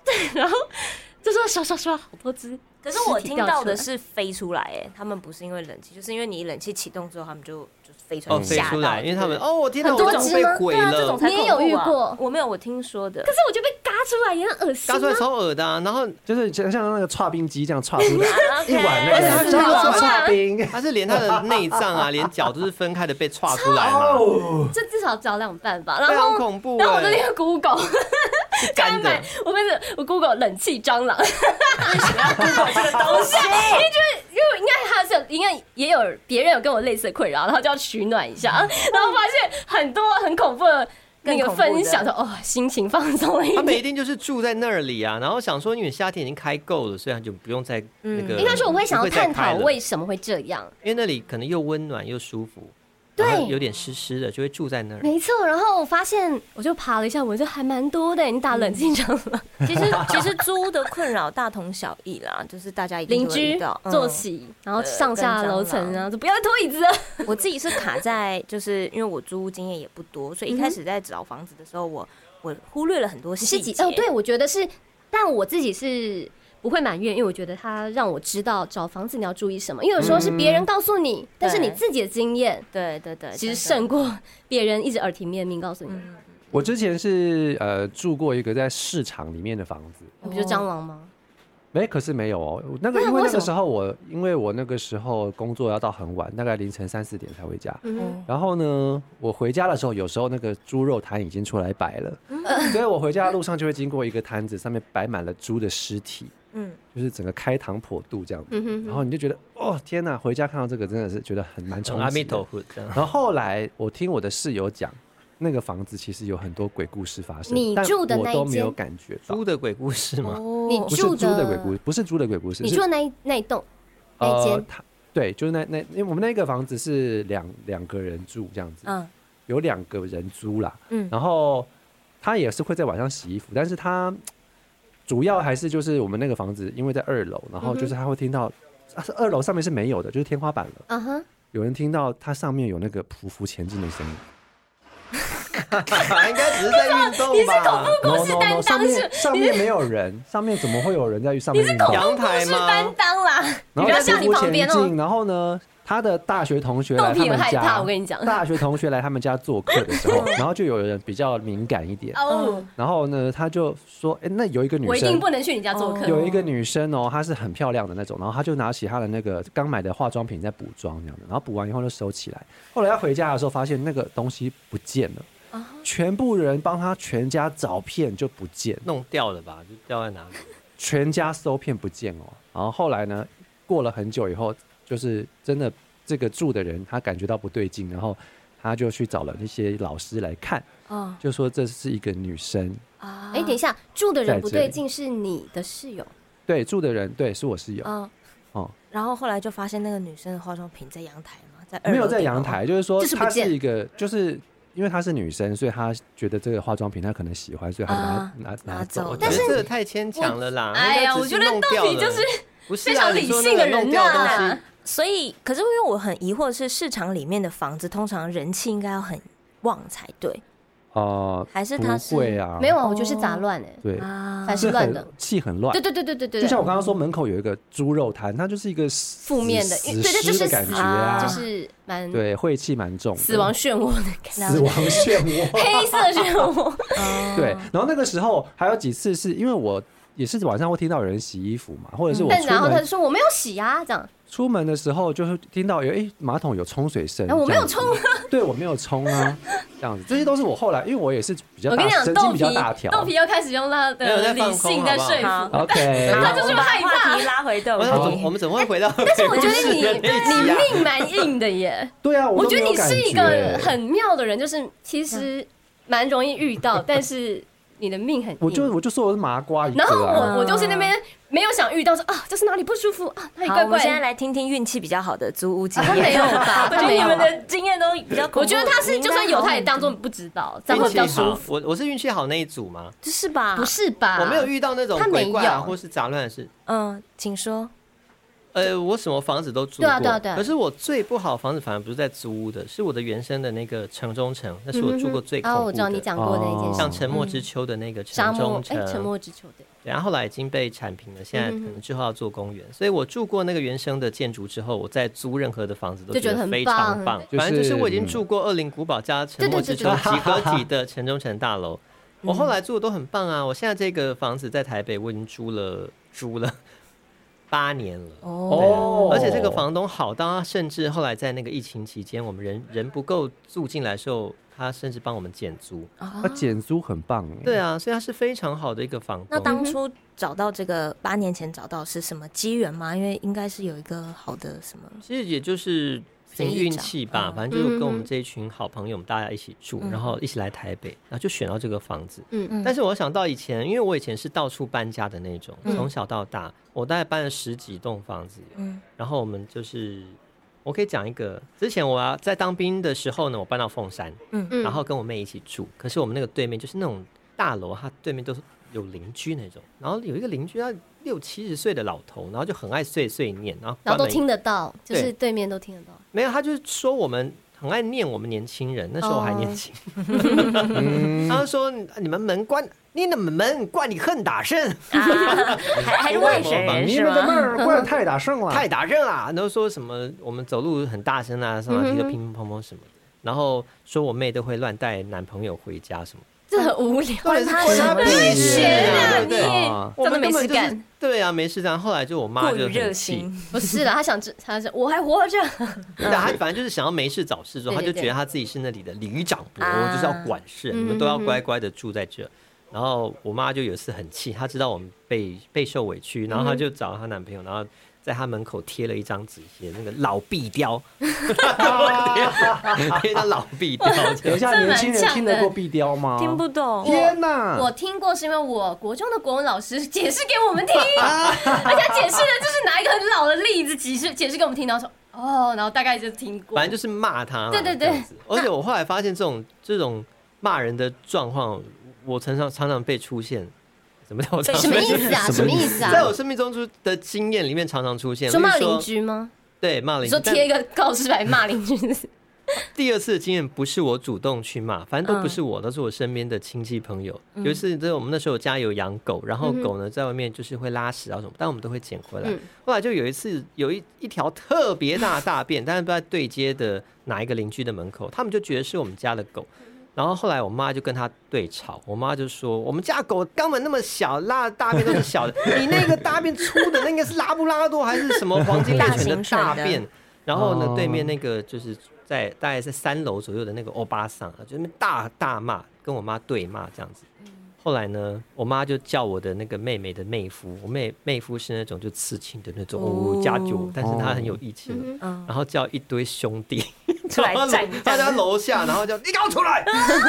Speaker 4: 就说刷刷刷好多只，
Speaker 3: 可是我
Speaker 4: 尸体
Speaker 3: 听
Speaker 4: 掉出
Speaker 3: 到
Speaker 4: 来
Speaker 3: 的是飞出来，哎，他们不是因为冷气，就是因为你冷气启动之后，他们就就飞出
Speaker 1: 哦，
Speaker 3: 来，
Speaker 1: 飞
Speaker 3: 吓
Speaker 1: 出
Speaker 3: 到，
Speaker 1: 来，因为他们
Speaker 3: 对
Speaker 1: 哦，我天哪，
Speaker 4: 很
Speaker 1: 我
Speaker 4: 多
Speaker 1: 的
Speaker 4: 只
Speaker 1: 屋被
Speaker 4: 吗
Speaker 1: 毁
Speaker 3: 对啊，这种
Speaker 1: 了，
Speaker 3: 才
Speaker 4: 你也
Speaker 3: 恐怖
Speaker 4: 有遇
Speaker 3: 啊
Speaker 4: 过
Speaker 3: 我没有，我听说
Speaker 4: [LAUGHS]
Speaker 3: 的
Speaker 4: 可。是我就被嘎出来，也很恶心、
Speaker 1: 嘎
Speaker 4: 啊。
Speaker 1: 出来超恶的啊，然后
Speaker 2: 就是像像那个串冰机这样串出的
Speaker 3: OK
Speaker 2: 一碗那
Speaker 1: 而且
Speaker 2: 个
Speaker 1: 它
Speaker 2: 蟑螂
Speaker 1: 是 [LAUGHS]
Speaker 2: 串冰。
Speaker 1: 它是连它的内脏啊，连脚都是分开的被歘出 [LAUGHS] 来嘛，
Speaker 2: 哦，
Speaker 4: 这至少找两半 [LAUGHS] 吧。
Speaker 1: 非
Speaker 4: 然
Speaker 1: 常
Speaker 4: 后，
Speaker 1: 恐怖
Speaker 4: 然后我就
Speaker 1: 欸，
Speaker 4: 那个 Google，
Speaker 1: 是干的
Speaker 4: 买。 [LAUGHS] 我跟着我 Google 冷气蟑 [LAUGHS] 螂，
Speaker 3: 这个东西，
Speaker 4: [LAUGHS] 因为应该还是有，应该也有别人有跟我类似的困扰，然后就要取暖一 [LAUGHS] 下，然后发现很多很恐怖的那个
Speaker 3: 更恐怖的
Speaker 4: 分享，说哦，心情放松了一
Speaker 1: 他们
Speaker 4: 点。 [LAUGHS]
Speaker 1: 一定就是住在那里啊，然后想说，因为夏天已经开够了，所以他就不用再那个。
Speaker 4: 应该说我会想要探讨为
Speaker 1: 什
Speaker 4: 什么会这样，
Speaker 1: 因为那里可能又温暖又舒服，
Speaker 4: 对
Speaker 1: 然后有点湿湿的，就会住在那儿。
Speaker 4: 没错。然后我发现我就爬了一下，我就还蛮多的。你打冷气蟑螂，
Speaker 3: 其实其实租的困扰大同小异啦，就是大家一定
Speaker 4: 邻
Speaker 3: 都会遇
Speaker 4: 居
Speaker 3: 到
Speaker 4: 坐。
Speaker 3: 嗯
Speaker 4: 起，然后上下楼层
Speaker 3: 跟蟑
Speaker 4: 啊，就不要再拖椅子了。
Speaker 3: 我自己是卡在，就是因为我租屋经验也不多，所以一开始在找房子的时候，我我忽略了很多
Speaker 4: 自
Speaker 3: 细
Speaker 4: 己
Speaker 3: 节。
Speaker 4: [LAUGHS] 哦，对，我觉得是，但我自己是不会埋怨，因为我觉得他让我知道找房子你要注意什么，因为有时候是别人告诉你，但是你自己的经验
Speaker 3: 对对嗯对，
Speaker 4: 其实
Speaker 3: 真的
Speaker 4: 胜过别人一直耳提面命告诉你。
Speaker 3: 嗯，
Speaker 2: 我之前是呃住过一个在市场里面的房子，
Speaker 4: 你不就蟑螂吗？
Speaker 2: 没，可是没有哦。那个
Speaker 4: 那
Speaker 2: 因为
Speaker 4: 为
Speaker 2: 那
Speaker 4: 什
Speaker 2: 个
Speaker 4: 么
Speaker 2: 时候我，因为我那个时候工作要到很晚，大概凌晨三四点才回家。
Speaker 4: 嗯，
Speaker 2: 然后呢，我回家的时候，有时候那个猪肉摊已经出来摆了，
Speaker 4: 嗯
Speaker 2: 所以我回家的路上就会经过一个摊子，上面摆满了猪的尸体，
Speaker 3: 嗯，
Speaker 2: 就是整个开膛破肚这样子。
Speaker 4: 嗯哼
Speaker 2: 然后你就觉得，哦天哪！回家看到这个真的是觉得很蛮冲
Speaker 1: 阿弥
Speaker 2: 击
Speaker 1: 陀
Speaker 2: 的。
Speaker 1: 佛，这样
Speaker 4: [LAUGHS]
Speaker 2: 然后后来我听我的室友讲，那个房子其实有很多鬼故事发生，
Speaker 4: 你
Speaker 2: 但
Speaker 4: 住的
Speaker 2: 我
Speaker 4: 那
Speaker 2: 都
Speaker 4: 一
Speaker 2: 没有
Speaker 4: 间
Speaker 2: 感觉到
Speaker 1: 猪，的鬼故事吗？
Speaker 3: 哦
Speaker 4: 你
Speaker 2: 不是
Speaker 4: 住
Speaker 2: 猪的
Speaker 4: 的
Speaker 2: 鬼故，不是猪的鬼故事，
Speaker 4: 你
Speaker 2: 是
Speaker 4: 住的那一那一栋那一
Speaker 2: 呃
Speaker 4: 间，
Speaker 2: 他对，就是那那，因为我们那个房子是两两个人住这样子，
Speaker 3: 嗯
Speaker 2: 有两个人租啦，
Speaker 3: 嗯
Speaker 2: 然后他也是会在晚上洗衣服，但是他主要还是就是我们那个房子，因为在二楼，然
Speaker 4: 嗯
Speaker 2: 后就是他会听到，啊是二楼上面是没有的，就是天花板了，
Speaker 4: 嗯哼，
Speaker 2: 有人听到它上面有那个匍匐前进的声音，
Speaker 1: [LAUGHS] 应该只是在运
Speaker 4: [LAUGHS]
Speaker 1: 动吧？
Speaker 2: no no
Speaker 4: 故事担
Speaker 2: no，
Speaker 4: 当
Speaker 2: 上面
Speaker 4: 是
Speaker 2: 上面没有人，上面怎么会有人在上面运动？
Speaker 1: 阳
Speaker 4: 不
Speaker 1: 台
Speaker 4: 是担
Speaker 1: 吗？
Speaker 4: 当啦，你
Speaker 2: 然
Speaker 4: 不
Speaker 2: 后
Speaker 4: 要
Speaker 2: 在
Speaker 4: 像你
Speaker 2: 匍匐
Speaker 4: 旁边
Speaker 2: 前
Speaker 4: 哦
Speaker 2: 进，，然后呢，他的大学同学
Speaker 4: 豆
Speaker 2: 来他
Speaker 4: 皮
Speaker 2: 们
Speaker 4: 很害
Speaker 2: 家，
Speaker 4: 怕，我跟你讲。
Speaker 2: 大学同学来他们家做客的时
Speaker 4: [LAUGHS]
Speaker 2: 候，然后就有人比较敏感一点，
Speaker 4: 哦，
Speaker 2: 然后呢，他就说：“哎、那有一个女
Speaker 4: 我一定
Speaker 2: 生，
Speaker 4: 不能去你家做客
Speaker 3: 哦。
Speaker 2: 有一个女生哦，她是很漂亮的那种，然后她就拿起她的那个刚买的化妆品在补妆这样的，然后补完以后就收起来。后来要回家的时候，发现那个东西不见了，
Speaker 4: 啊
Speaker 2: 全部人帮她全家找遍就不见，
Speaker 1: 弄掉了吧？就掉在哪里？
Speaker 2: 全家搜遍不见哦。然后后来呢，过了很久以后，就是真的这个住的人他感觉到不对劲，然后他就去找了那些老师来看。”
Speaker 3: 哦
Speaker 2: 就说这是一个女生，
Speaker 3: 啊
Speaker 4: 哎，等一下，住的人不
Speaker 2: 在这
Speaker 4: 对
Speaker 2: 里
Speaker 4: 劲是你的室友，
Speaker 2: 对，住的人对是我室友
Speaker 3: 哦
Speaker 2: 哦，
Speaker 3: 然后后来就发现那个女生的化妆品在阳台嘛，在二楼
Speaker 2: 没有在
Speaker 3: 顶楼
Speaker 2: 阳台，就是说
Speaker 4: 就是不
Speaker 2: 她
Speaker 4: 见
Speaker 2: 是一个，就是因为她是女生，所以她觉得这个化妆品她可能喜欢，所以她
Speaker 3: 啊
Speaker 2: 拿拿
Speaker 3: 拿
Speaker 2: 拿
Speaker 3: 走
Speaker 2: 走
Speaker 1: 我
Speaker 2: 了。
Speaker 1: 觉得这个太牵强了啦！
Speaker 4: 哎
Speaker 1: 应该只
Speaker 4: 呀
Speaker 1: 是
Speaker 4: 我觉得
Speaker 1: 弄掉
Speaker 4: 豆皮
Speaker 1: 了
Speaker 4: 就是
Speaker 1: 不是
Speaker 4: 非
Speaker 1: 啊
Speaker 4: 常
Speaker 1: 你
Speaker 4: 理
Speaker 1: 说
Speaker 4: 性
Speaker 1: 那
Speaker 4: 的啊
Speaker 1: 个
Speaker 4: 人
Speaker 1: 弄掉的
Speaker 4: 呐
Speaker 1: 东西
Speaker 3: 所以，可是因为我很疑惑的是，市场里面的房子通常人气应该要很旺才对，
Speaker 2: 呃，
Speaker 3: 还是他
Speaker 2: 不
Speaker 3: 是
Speaker 2: 会啊，
Speaker 4: 没有啊，我觉得是杂乱哎、
Speaker 2: 对，
Speaker 3: 啊
Speaker 4: 反
Speaker 3: [LAUGHS]
Speaker 2: 是
Speaker 4: 乱
Speaker 2: 很
Speaker 4: 的
Speaker 2: 气很乱
Speaker 4: 对。对对对对对，
Speaker 2: 就像我刚刚说，门口有一个猪肉摊，它就是一个死
Speaker 4: 负面的，因
Speaker 2: 死
Speaker 4: 为对对，这
Speaker 2: 尸
Speaker 4: 是
Speaker 2: 的
Speaker 4: 死
Speaker 2: 感觉
Speaker 3: 啊
Speaker 2: 啊，
Speaker 4: 就是蛮
Speaker 2: 对，晦气蛮重的，
Speaker 4: 死亡漩涡嗯的感觉，
Speaker 2: 死亡漩涡。
Speaker 4: [LAUGHS] 黑色漩 [LAUGHS] 涡。
Speaker 2: 对，然后那个时候还有几次是因为我也是晚上会听到有人洗衣服嘛，或者是我
Speaker 4: 嗯但
Speaker 2: 出
Speaker 4: 然后他就
Speaker 2: 门
Speaker 4: 说我没有洗啊，这样，
Speaker 2: 出门的时候就是听到有哎、马桶有冲水声，
Speaker 4: 然后啊我没有
Speaker 2: 这样子
Speaker 4: 冲，
Speaker 2: 对我没有冲啊，这样子，这些都是我后来，因为我也是比较
Speaker 4: 我
Speaker 2: 大
Speaker 4: 跟你
Speaker 2: [LAUGHS]
Speaker 4: 讲，
Speaker 2: 神
Speaker 4: 豆
Speaker 2: 经比
Speaker 4: 皮
Speaker 2: 较大条，
Speaker 4: 豆皮又开始用他
Speaker 1: 没有
Speaker 4: 的
Speaker 1: 在放
Speaker 4: 理
Speaker 1: 空
Speaker 4: 性
Speaker 1: 好
Speaker 4: 在
Speaker 1: 不好
Speaker 4: 说服
Speaker 3: 好。
Speaker 2: 哎
Speaker 4: [LAUGHS]
Speaker 2: OK，
Speaker 3: 好
Speaker 4: 他就是
Speaker 3: 把
Speaker 4: 害怕
Speaker 3: 话题拉回豆
Speaker 1: 我想怎么
Speaker 3: 皮
Speaker 1: 我。们怎么会回到
Speaker 4: 哎但是我觉得
Speaker 1: 北部市
Speaker 4: 你
Speaker 1: 的那一集啊
Speaker 4: 对你命蛮硬的耶，
Speaker 2: [LAUGHS] 对啊，
Speaker 4: 我
Speaker 2: 都
Speaker 4: 觉得
Speaker 2: 没有
Speaker 4: 你是一
Speaker 2: 感
Speaker 4: 个
Speaker 2: 觉哎
Speaker 4: 很妙的人，就是其实蛮容易遇到，但是你的命很硬。
Speaker 2: 我就我就说我是麻瓜一个、啊，
Speaker 4: 然后
Speaker 3: 啊
Speaker 4: 我我就是那边没有想遇到说啊，就是哪里不舒服啊，哪里
Speaker 3: 好，
Speaker 4: 怪
Speaker 3: 我们现在
Speaker 4: 怪。
Speaker 3: 来听听运气比较好的租屋经
Speaker 4: 啊他没
Speaker 3: 验。
Speaker 4: 有
Speaker 3: [LAUGHS]
Speaker 4: 吧？
Speaker 3: 我
Speaker 4: 他
Speaker 3: 觉得
Speaker 4: 没
Speaker 3: 你
Speaker 4: 有
Speaker 3: 们
Speaker 4: 吧。
Speaker 3: 的经验都比较嗯恐怖，
Speaker 4: 我觉得他是，
Speaker 3: 你应该
Speaker 4: 哦就算有，
Speaker 3: 好
Speaker 4: 他也
Speaker 3: 很
Speaker 4: 当做
Speaker 3: 多
Speaker 4: 不知道，这样会比较舒
Speaker 1: 好
Speaker 4: 服。
Speaker 1: 我我是运气好那一组吗？
Speaker 3: 就是吧？
Speaker 4: 不，是吧？
Speaker 1: 我没有遇到那种
Speaker 4: 他没
Speaker 1: 鬼怪啊，
Speaker 4: 有
Speaker 1: 或是杂乱的事。
Speaker 3: 嗯，请说。
Speaker 1: 呃，我什么房子都租
Speaker 4: 对
Speaker 1: 过，
Speaker 4: 啊对啊对啊
Speaker 1: 可是我最不好的房子反而不是在租屋的，是我的原生的那个城中城，那是我住过最恐怖
Speaker 4: 啊，
Speaker 1: 的。哦
Speaker 4: 我知道你讲过的一件
Speaker 1: 像
Speaker 4: 事，
Speaker 1: 《沉默之秋》的那个
Speaker 4: 沙
Speaker 1: 城
Speaker 4: 漠
Speaker 1: 中城，
Speaker 4: 哎，沉默之秋对，
Speaker 1: 然后后来已经被铲平了，现
Speaker 4: 嗯
Speaker 1: 在可能之后要做公园，所以我住过那个原生的建筑之后，我再租任何的房子都
Speaker 4: 就觉得很
Speaker 1: 非常
Speaker 4: 棒
Speaker 1: 棒。
Speaker 2: 就是
Speaker 1: 反正就是我已经住过二林古堡加沉默之丘
Speaker 4: 对
Speaker 1: 集合
Speaker 4: [LAUGHS]
Speaker 1: 体的城中城大楼，我后来住的都很棒啊。我现在这个房子在台北，我已经租了租了 [LAUGHS] 八年了。
Speaker 2: 哦
Speaker 1: 而且这个房东好到他甚至后来在那个疫情期间，我们人人不够住进来的时候，他甚至帮我们减租。
Speaker 4: 嗯
Speaker 2: 它减租很棒哎，
Speaker 1: 对啊，所以他是非常好的一个房东。
Speaker 3: 那当初找到这个八年前找到是什么机缘吗？因为应该是有一个好的什么，
Speaker 1: 其实也就是凭运气吧，
Speaker 3: 随意找嗯
Speaker 1: 反正就是跟我们这一群好朋友，我们大家一起住，然后一起来台北，然后就选到这个房子。
Speaker 4: 嗯
Speaker 3: 嗯
Speaker 1: 但是我想到以前，因为我以前是到处搬家的那种，从小到大，我大概搬了十几栋房子。
Speaker 3: 嗯
Speaker 1: 然后我们就是，我可以讲一个，之前我要在当兵的时候呢，我搬到凤山，
Speaker 4: 嗯
Speaker 1: 然后跟我妹一起住。可是我们那个对面就是那种大楼，它对面都是有邻居那种。然后有一个邻居，他六七十岁的老头，然后就很爱碎碎念，然后
Speaker 4: 然
Speaker 1: 关
Speaker 4: 后都
Speaker 1: 门
Speaker 4: 听得到，就
Speaker 1: 对
Speaker 4: 是对面都听得到。
Speaker 1: 没有，他就是说我们很爱念我们年轻人，那时候我还年轻。
Speaker 3: 哦
Speaker 2: 嗯 [LAUGHS]
Speaker 1: 他就说你们门关，你的门关你很大声，
Speaker 3: 啊，还还是外省人
Speaker 2: 你
Speaker 3: 啊是
Speaker 2: 们的
Speaker 3: 吗？
Speaker 2: 妹儿怪太大声了，
Speaker 1: 太大声啦！然后说什么我们走路很大声啊，上楼梯都乒乒乓乓什么的。然后说我妹都会乱带男朋友回家什么，
Speaker 4: 这很无聊，
Speaker 1: 关他
Speaker 3: 什么
Speaker 1: 屁
Speaker 2: 事
Speaker 1: 啊，
Speaker 4: 啊
Speaker 1: 对不对？
Speaker 2: 啊
Speaker 1: 我
Speaker 4: 真的
Speaker 1: 们
Speaker 4: 没
Speaker 1: 根本
Speaker 4: 事
Speaker 1: 就是
Speaker 4: 干，
Speaker 1: 对啊，没事干。后来就我妈
Speaker 3: 过
Speaker 1: 就
Speaker 3: 于
Speaker 1: 很
Speaker 3: 热
Speaker 1: 气
Speaker 3: 心，
Speaker 4: 不是啦，他想知，他是我还活着，
Speaker 1: 对，他反正就是想要没事找事做，
Speaker 4: 嗯对
Speaker 1: 他
Speaker 4: 对
Speaker 1: 就
Speaker 4: 对
Speaker 1: 觉得他自己是那里的里长伯，
Speaker 3: 啊
Speaker 1: 我就是要管事，
Speaker 4: 嗯
Speaker 1: 你们都要乖乖的住在这。然后我妈就有一次很气，她知道我们被备受委屈，然后
Speaker 4: 嗯
Speaker 1: 她就找她男朋友，然后在她门口贴了一张纸，写那个老壁雕，
Speaker 4: [LAUGHS]
Speaker 1: 贴一张老壁雕，这
Speaker 2: 等
Speaker 1: 样
Speaker 2: 一下，
Speaker 4: 这
Speaker 2: 年
Speaker 4: 蛮
Speaker 2: 轻人
Speaker 4: 呛
Speaker 2: 听得
Speaker 4: 的
Speaker 2: 过壁雕吗？
Speaker 3: 听不。懂。
Speaker 2: 天哪！
Speaker 4: 我听过是因为我国中的国文老师解释给我们听，而且他解释的就是拿一个很老的例子解释解释给我们听，然后说哦，然后大概就听过。
Speaker 1: 反正就是骂她啦。
Speaker 4: 对对
Speaker 1: 这样子而且我后来发现这种这种骂人的状况，我常常常常被出现，怎么叫我常
Speaker 4: 什
Speaker 1: 常
Speaker 4: 么
Speaker 1: 被
Speaker 4: 意思啊？什么意思
Speaker 1: 在
Speaker 4: 啊
Speaker 1: 我？生命中出的经验里面常常出现，
Speaker 4: 说骂
Speaker 1: 例如
Speaker 4: 邻居吗？
Speaker 1: 对骂邻
Speaker 4: 你
Speaker 1: 居，
Speaker 4: 说贴一
Speaker 1: 但
Speaker 4: 个告示牌骂邻居是不是？
Speaker 1: 第二次的经验不是我主动去骂，反正都
Speaker 3: 嗯
Speaker 1: 不是我，都是我身边的亲戚朋友。有一次，就是我们那时候家有养狗，然后狗呢在外面就是会拉屎啊什么，但我们都会捡回来
Speaker 4: 嗯。
Speaker 1: 后来就有一次有一一条特别大的大便，但是不知道在对街的哪一个邻居的门口，他们就觉得是我们家的狗。然后后来我妈就跟他对吵，我妈就说：“我们家狗肛门那么小，拉的大便都是小的，你那个大便粗的，那应该是拉布拉多还是什么黄金猎犬的大
Speaker 3: 大型犬
Speaker 1: 便。”然后呢
Speaker 2: 哦，
Speaker 1: 对面那个就是在大概在三楼左右的那个欧巴桑，啊就那边大大骂，跟我妈对骂这样子。
Speaker 3: 嗯
Speaker 1: 后来呢，我妈就叫我的那个妹妹的妹夫，我妹妹夫是那种就刺青的那种
Speaker 3: 哦
Speaker 1: 哦家酒，但是他很有义气的，
Speaker 3: 嗯，
Speaker 1: 然后叫一堆兄弟
Speaker 3: 出来
Speaker 1: 然后
Speaker 3: 站
Speaker 1: 大家楼下，然后叫你给我出来，你给我出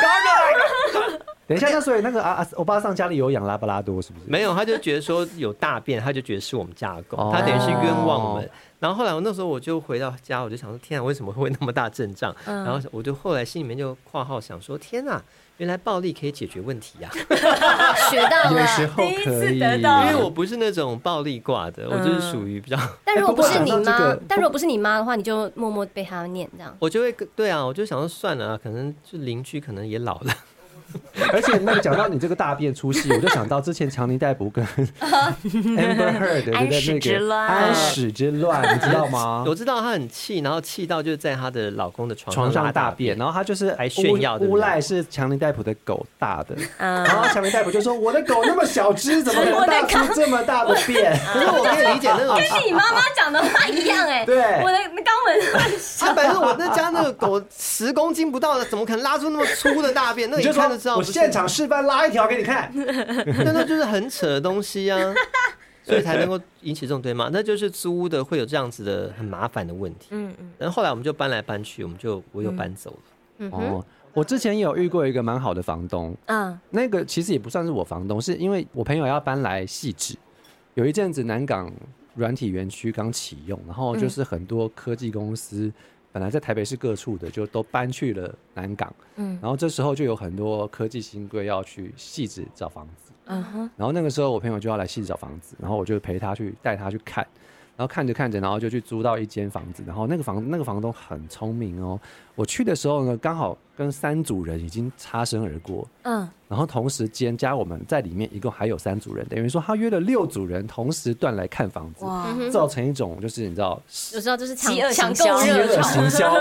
Speaker 1: 来。
Speaker 2: 等一下，那所以那个啊啊，欧巴桑家里有养拉布拉多是不是？
Speaker 1: 没有，他就觉得说有大便，他就觉得是我们家的狗
Speaker 2: 哦，
Speaker 1: 他等于是冤枉我们。然后后来我那时候我就回到家，我就想说，天啊，为什么会那么大阵仗？然后我就后来心里面就括号想说，天啊，原来暴力可以解决问
Speaker 2: [LAUGHS]
Speaker 1: 题呀、啊
Speaker 4: 学到
Speaker 2: 有时
Speaker 4: 了。
Speaker 2: 候
Speaker 3: 第一次
Speaker 2: 可以，
Speaker 3: 得到
Speaker 1: 因为我不是那种暴力挂的，我就是属于比
Speaker 2: [LAUGHS]
Speaker 1: 较，
Speaker 4: 但如果
Speaker 2: 哎不
Speaker 4: 不
Speaker 2: 过
Speaker 4: 是你
Speaker 2: 讲到这
Speaker 4: 妈
Speaker 2: 个，
Speaker 4: 但如果不是你妈的话，你就默默被她念这样。
Speaker 1: 我就会跟对啊，我就想说算了啊，可能就邻居可能也老了，
Speaker 2: [LAUGHS] 而且那个讲到你这个大便出戏，我就想到之前强尼戴普
Speaker 3: [LAUGHS]
Speaker 2: 跟 [LAUGHS] Amber Heard 对不
Speaker 3: 安
Speaker 2: 对？
Speaker 3: 史
Speaker 2: 那
Speaker 3: 之
Speaker 2: 个
Speaker 3: 乱
Speaker 2: 安史之乱，你知道吗
Speaker 1: 我？知道她很气，然后气到就在她的老公的床
Speaker 2: 床
Speaker 1: 上
Speaker 2: 上
Speaker 1: 拉
Speaker 2: 哦大
Speaker 1: 便
Speaker 2: 便，，然后他就是
Speaker 1: 还炫耀对
Speaker 2: 诬
Speaker 1: 不对
Speaker 2: 赖是强尼戴普的狗大的，
Speaker 3: 嗯
Speaker 2: 然后强尼戴普就说：“我的狗那么小只，
Speaker 4: [LAUGHS]
Speaker 2: 怎么可能大出这么大的便
Speaker 1: 可是我可以理解那种
Speaker 4: 跟你妈妈讲的话一样哎、
Speaker 2: 对
Speaker 4: 我的肛门很
Speaker 1: 他反正我那家那个狗十公斤不到的，怎么可能拉出那么粗的大便？？”那
Speaker 2: 你
Speaker 1: 个
Speaker 2: 就
Speaker 1: 一
Speaker 2: 说
Speaker 1: 看就知道，
Speaker 2: 我
Speaker 1: 不是
Speaker 2: 现场示范拉一条给你看，
Speaker 1: 那那就是很扯的东西
Speaker 4: [LAUGHS]
Speaker 1: 啊，所以才能够引起这种对骂。那就是租屋的会有这样子的很麻烦的问题。
Speaker 3: 嗯嗯，
Speaker 1: 然后后来我们就搬来搬去，我们就我又搬走了。
Speaker 4: 嗯哼，
Speaker 2: 哦，我之前也有遇过一个蛮好的房东，
Speaker 3: 嗯
Speaker 2: 那个其实也不算是我房东，是因为我朋友要搬来细致，有一阵子南港软体园区刚启用，然
Speaker 3: 嗯
Speaker 2: 后就是很多科技公司。本来在台北市各处的，就都搬去了南港，
Speaker 3: 嗯
Speaker 2: 然后这时候就有很多科技新贵要去细致找房子，
Speaker 3: 嗯哼，
Speaker 2: 然后那个时候我朋友就要来细致找房子，然后我就陪他去带他去看，然后看着看着，然后就去租到一间房子，然后那个房那个房东很聪明哦，我去的时候呢，刚好跟三组人已经擦身而过，
Speaker 3: 嗯
Speaker 2: 然后同时间加我们在里面一共还有三组人，等于说他约了六组人同时段来看房子，
Speaker 3: 哇，
Speaker 2: 造成一种就是你知道
Speaker 4: 我知道这是抢
Speaker 3: 饥饿
Speaker 4: 抢
Speaker 3: 行
Speaker 4: 购
Speaker 3: 销
Speaker 2: 饥
Speaker 4: 热
Speaker 2: 饿
Speaker 4: 潮，
Speaker 2: 行
Speaker 3: [LAUGHS]
Speaker 2: 销，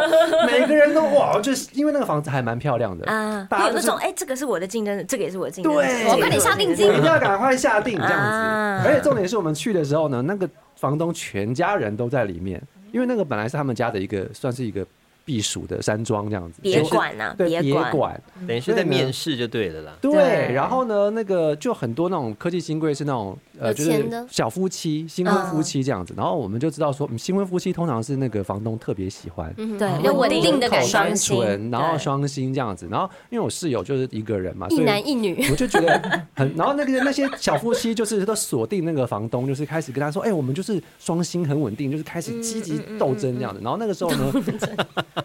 Speaker 2: 每个人都哇，就是因为那个房子还蛮漂亮的
Speaker 3: 啊，
Speaker 2: 嗯大家
Speaker 3: 会
Speaker 2: 都
Speaker 3: 有那
Speaker 2: 是
Speaker 3: 种哎、这个是我的竞争者，这个也是我的竞争者，
Speaker 2: 对
Speaker 3: 这个
Speaker 2: 我快点
Speaker 3: 也是
Speaker 4: 下
Speaker 3: 我的
Speaker 4: 定
Speaker 3: 竞
Speaker 2: 我
Speaker 3: 争
Speaker 2: 一
Speaker 3: 者
Speaker 2: 定要赶快下定这样
Speaker 3: 啊
Speaker 2: 子。而且重点是我们去的时候呢，那个房东全家人都在里面，因为那个本来是他们家的一个算是一个避暑的山庄这样子，
Speaker 3: 别
Speaker 2: 就是
Speaker 3: 管啊，
Speaker 2: 对别
Speaker 3: 管，
Speaker 2: 馆。
Speaker 4: 嗯
Speaker 1: 等于是在面试就对了啦。
Speaker 2: 对，
Speaker 3: 对
Speaker 2: 然后呢，那个就很多那种科技新贵是那种呃，
Speaker 4: 有
Speaker 2: 就
Speaker 4: 钱
Speaker 2: 是
Speaker 4: 的嗯
Speaker 2: 小夫妻、新婚夫妻这样子。然后我们就知道说，嗯新婚夫妻通常是那个房东特别喜欢，
Speaker 4: 嗯哼
Speaker 3: 对
Speaker 4: 有稳定的感
Speaker 2: 口
Speaker 4: 觉，
Speaker 2: 单纯，然后双薪这样子。然后因为我室友就是一个人嘛，所
Speaker 4: 一
Speaker 2: 以
Speaker 4: 男一女，
Speaker 2: 我就觉得很，然后那个那些小夫妻就是都锁定那个房东，就是开始跟他说，哎、我们就是双薪很稳定，就是开始积
Speaker 4: 嗯
Speaker 2: 极斗争这样子。然后那个时候呢，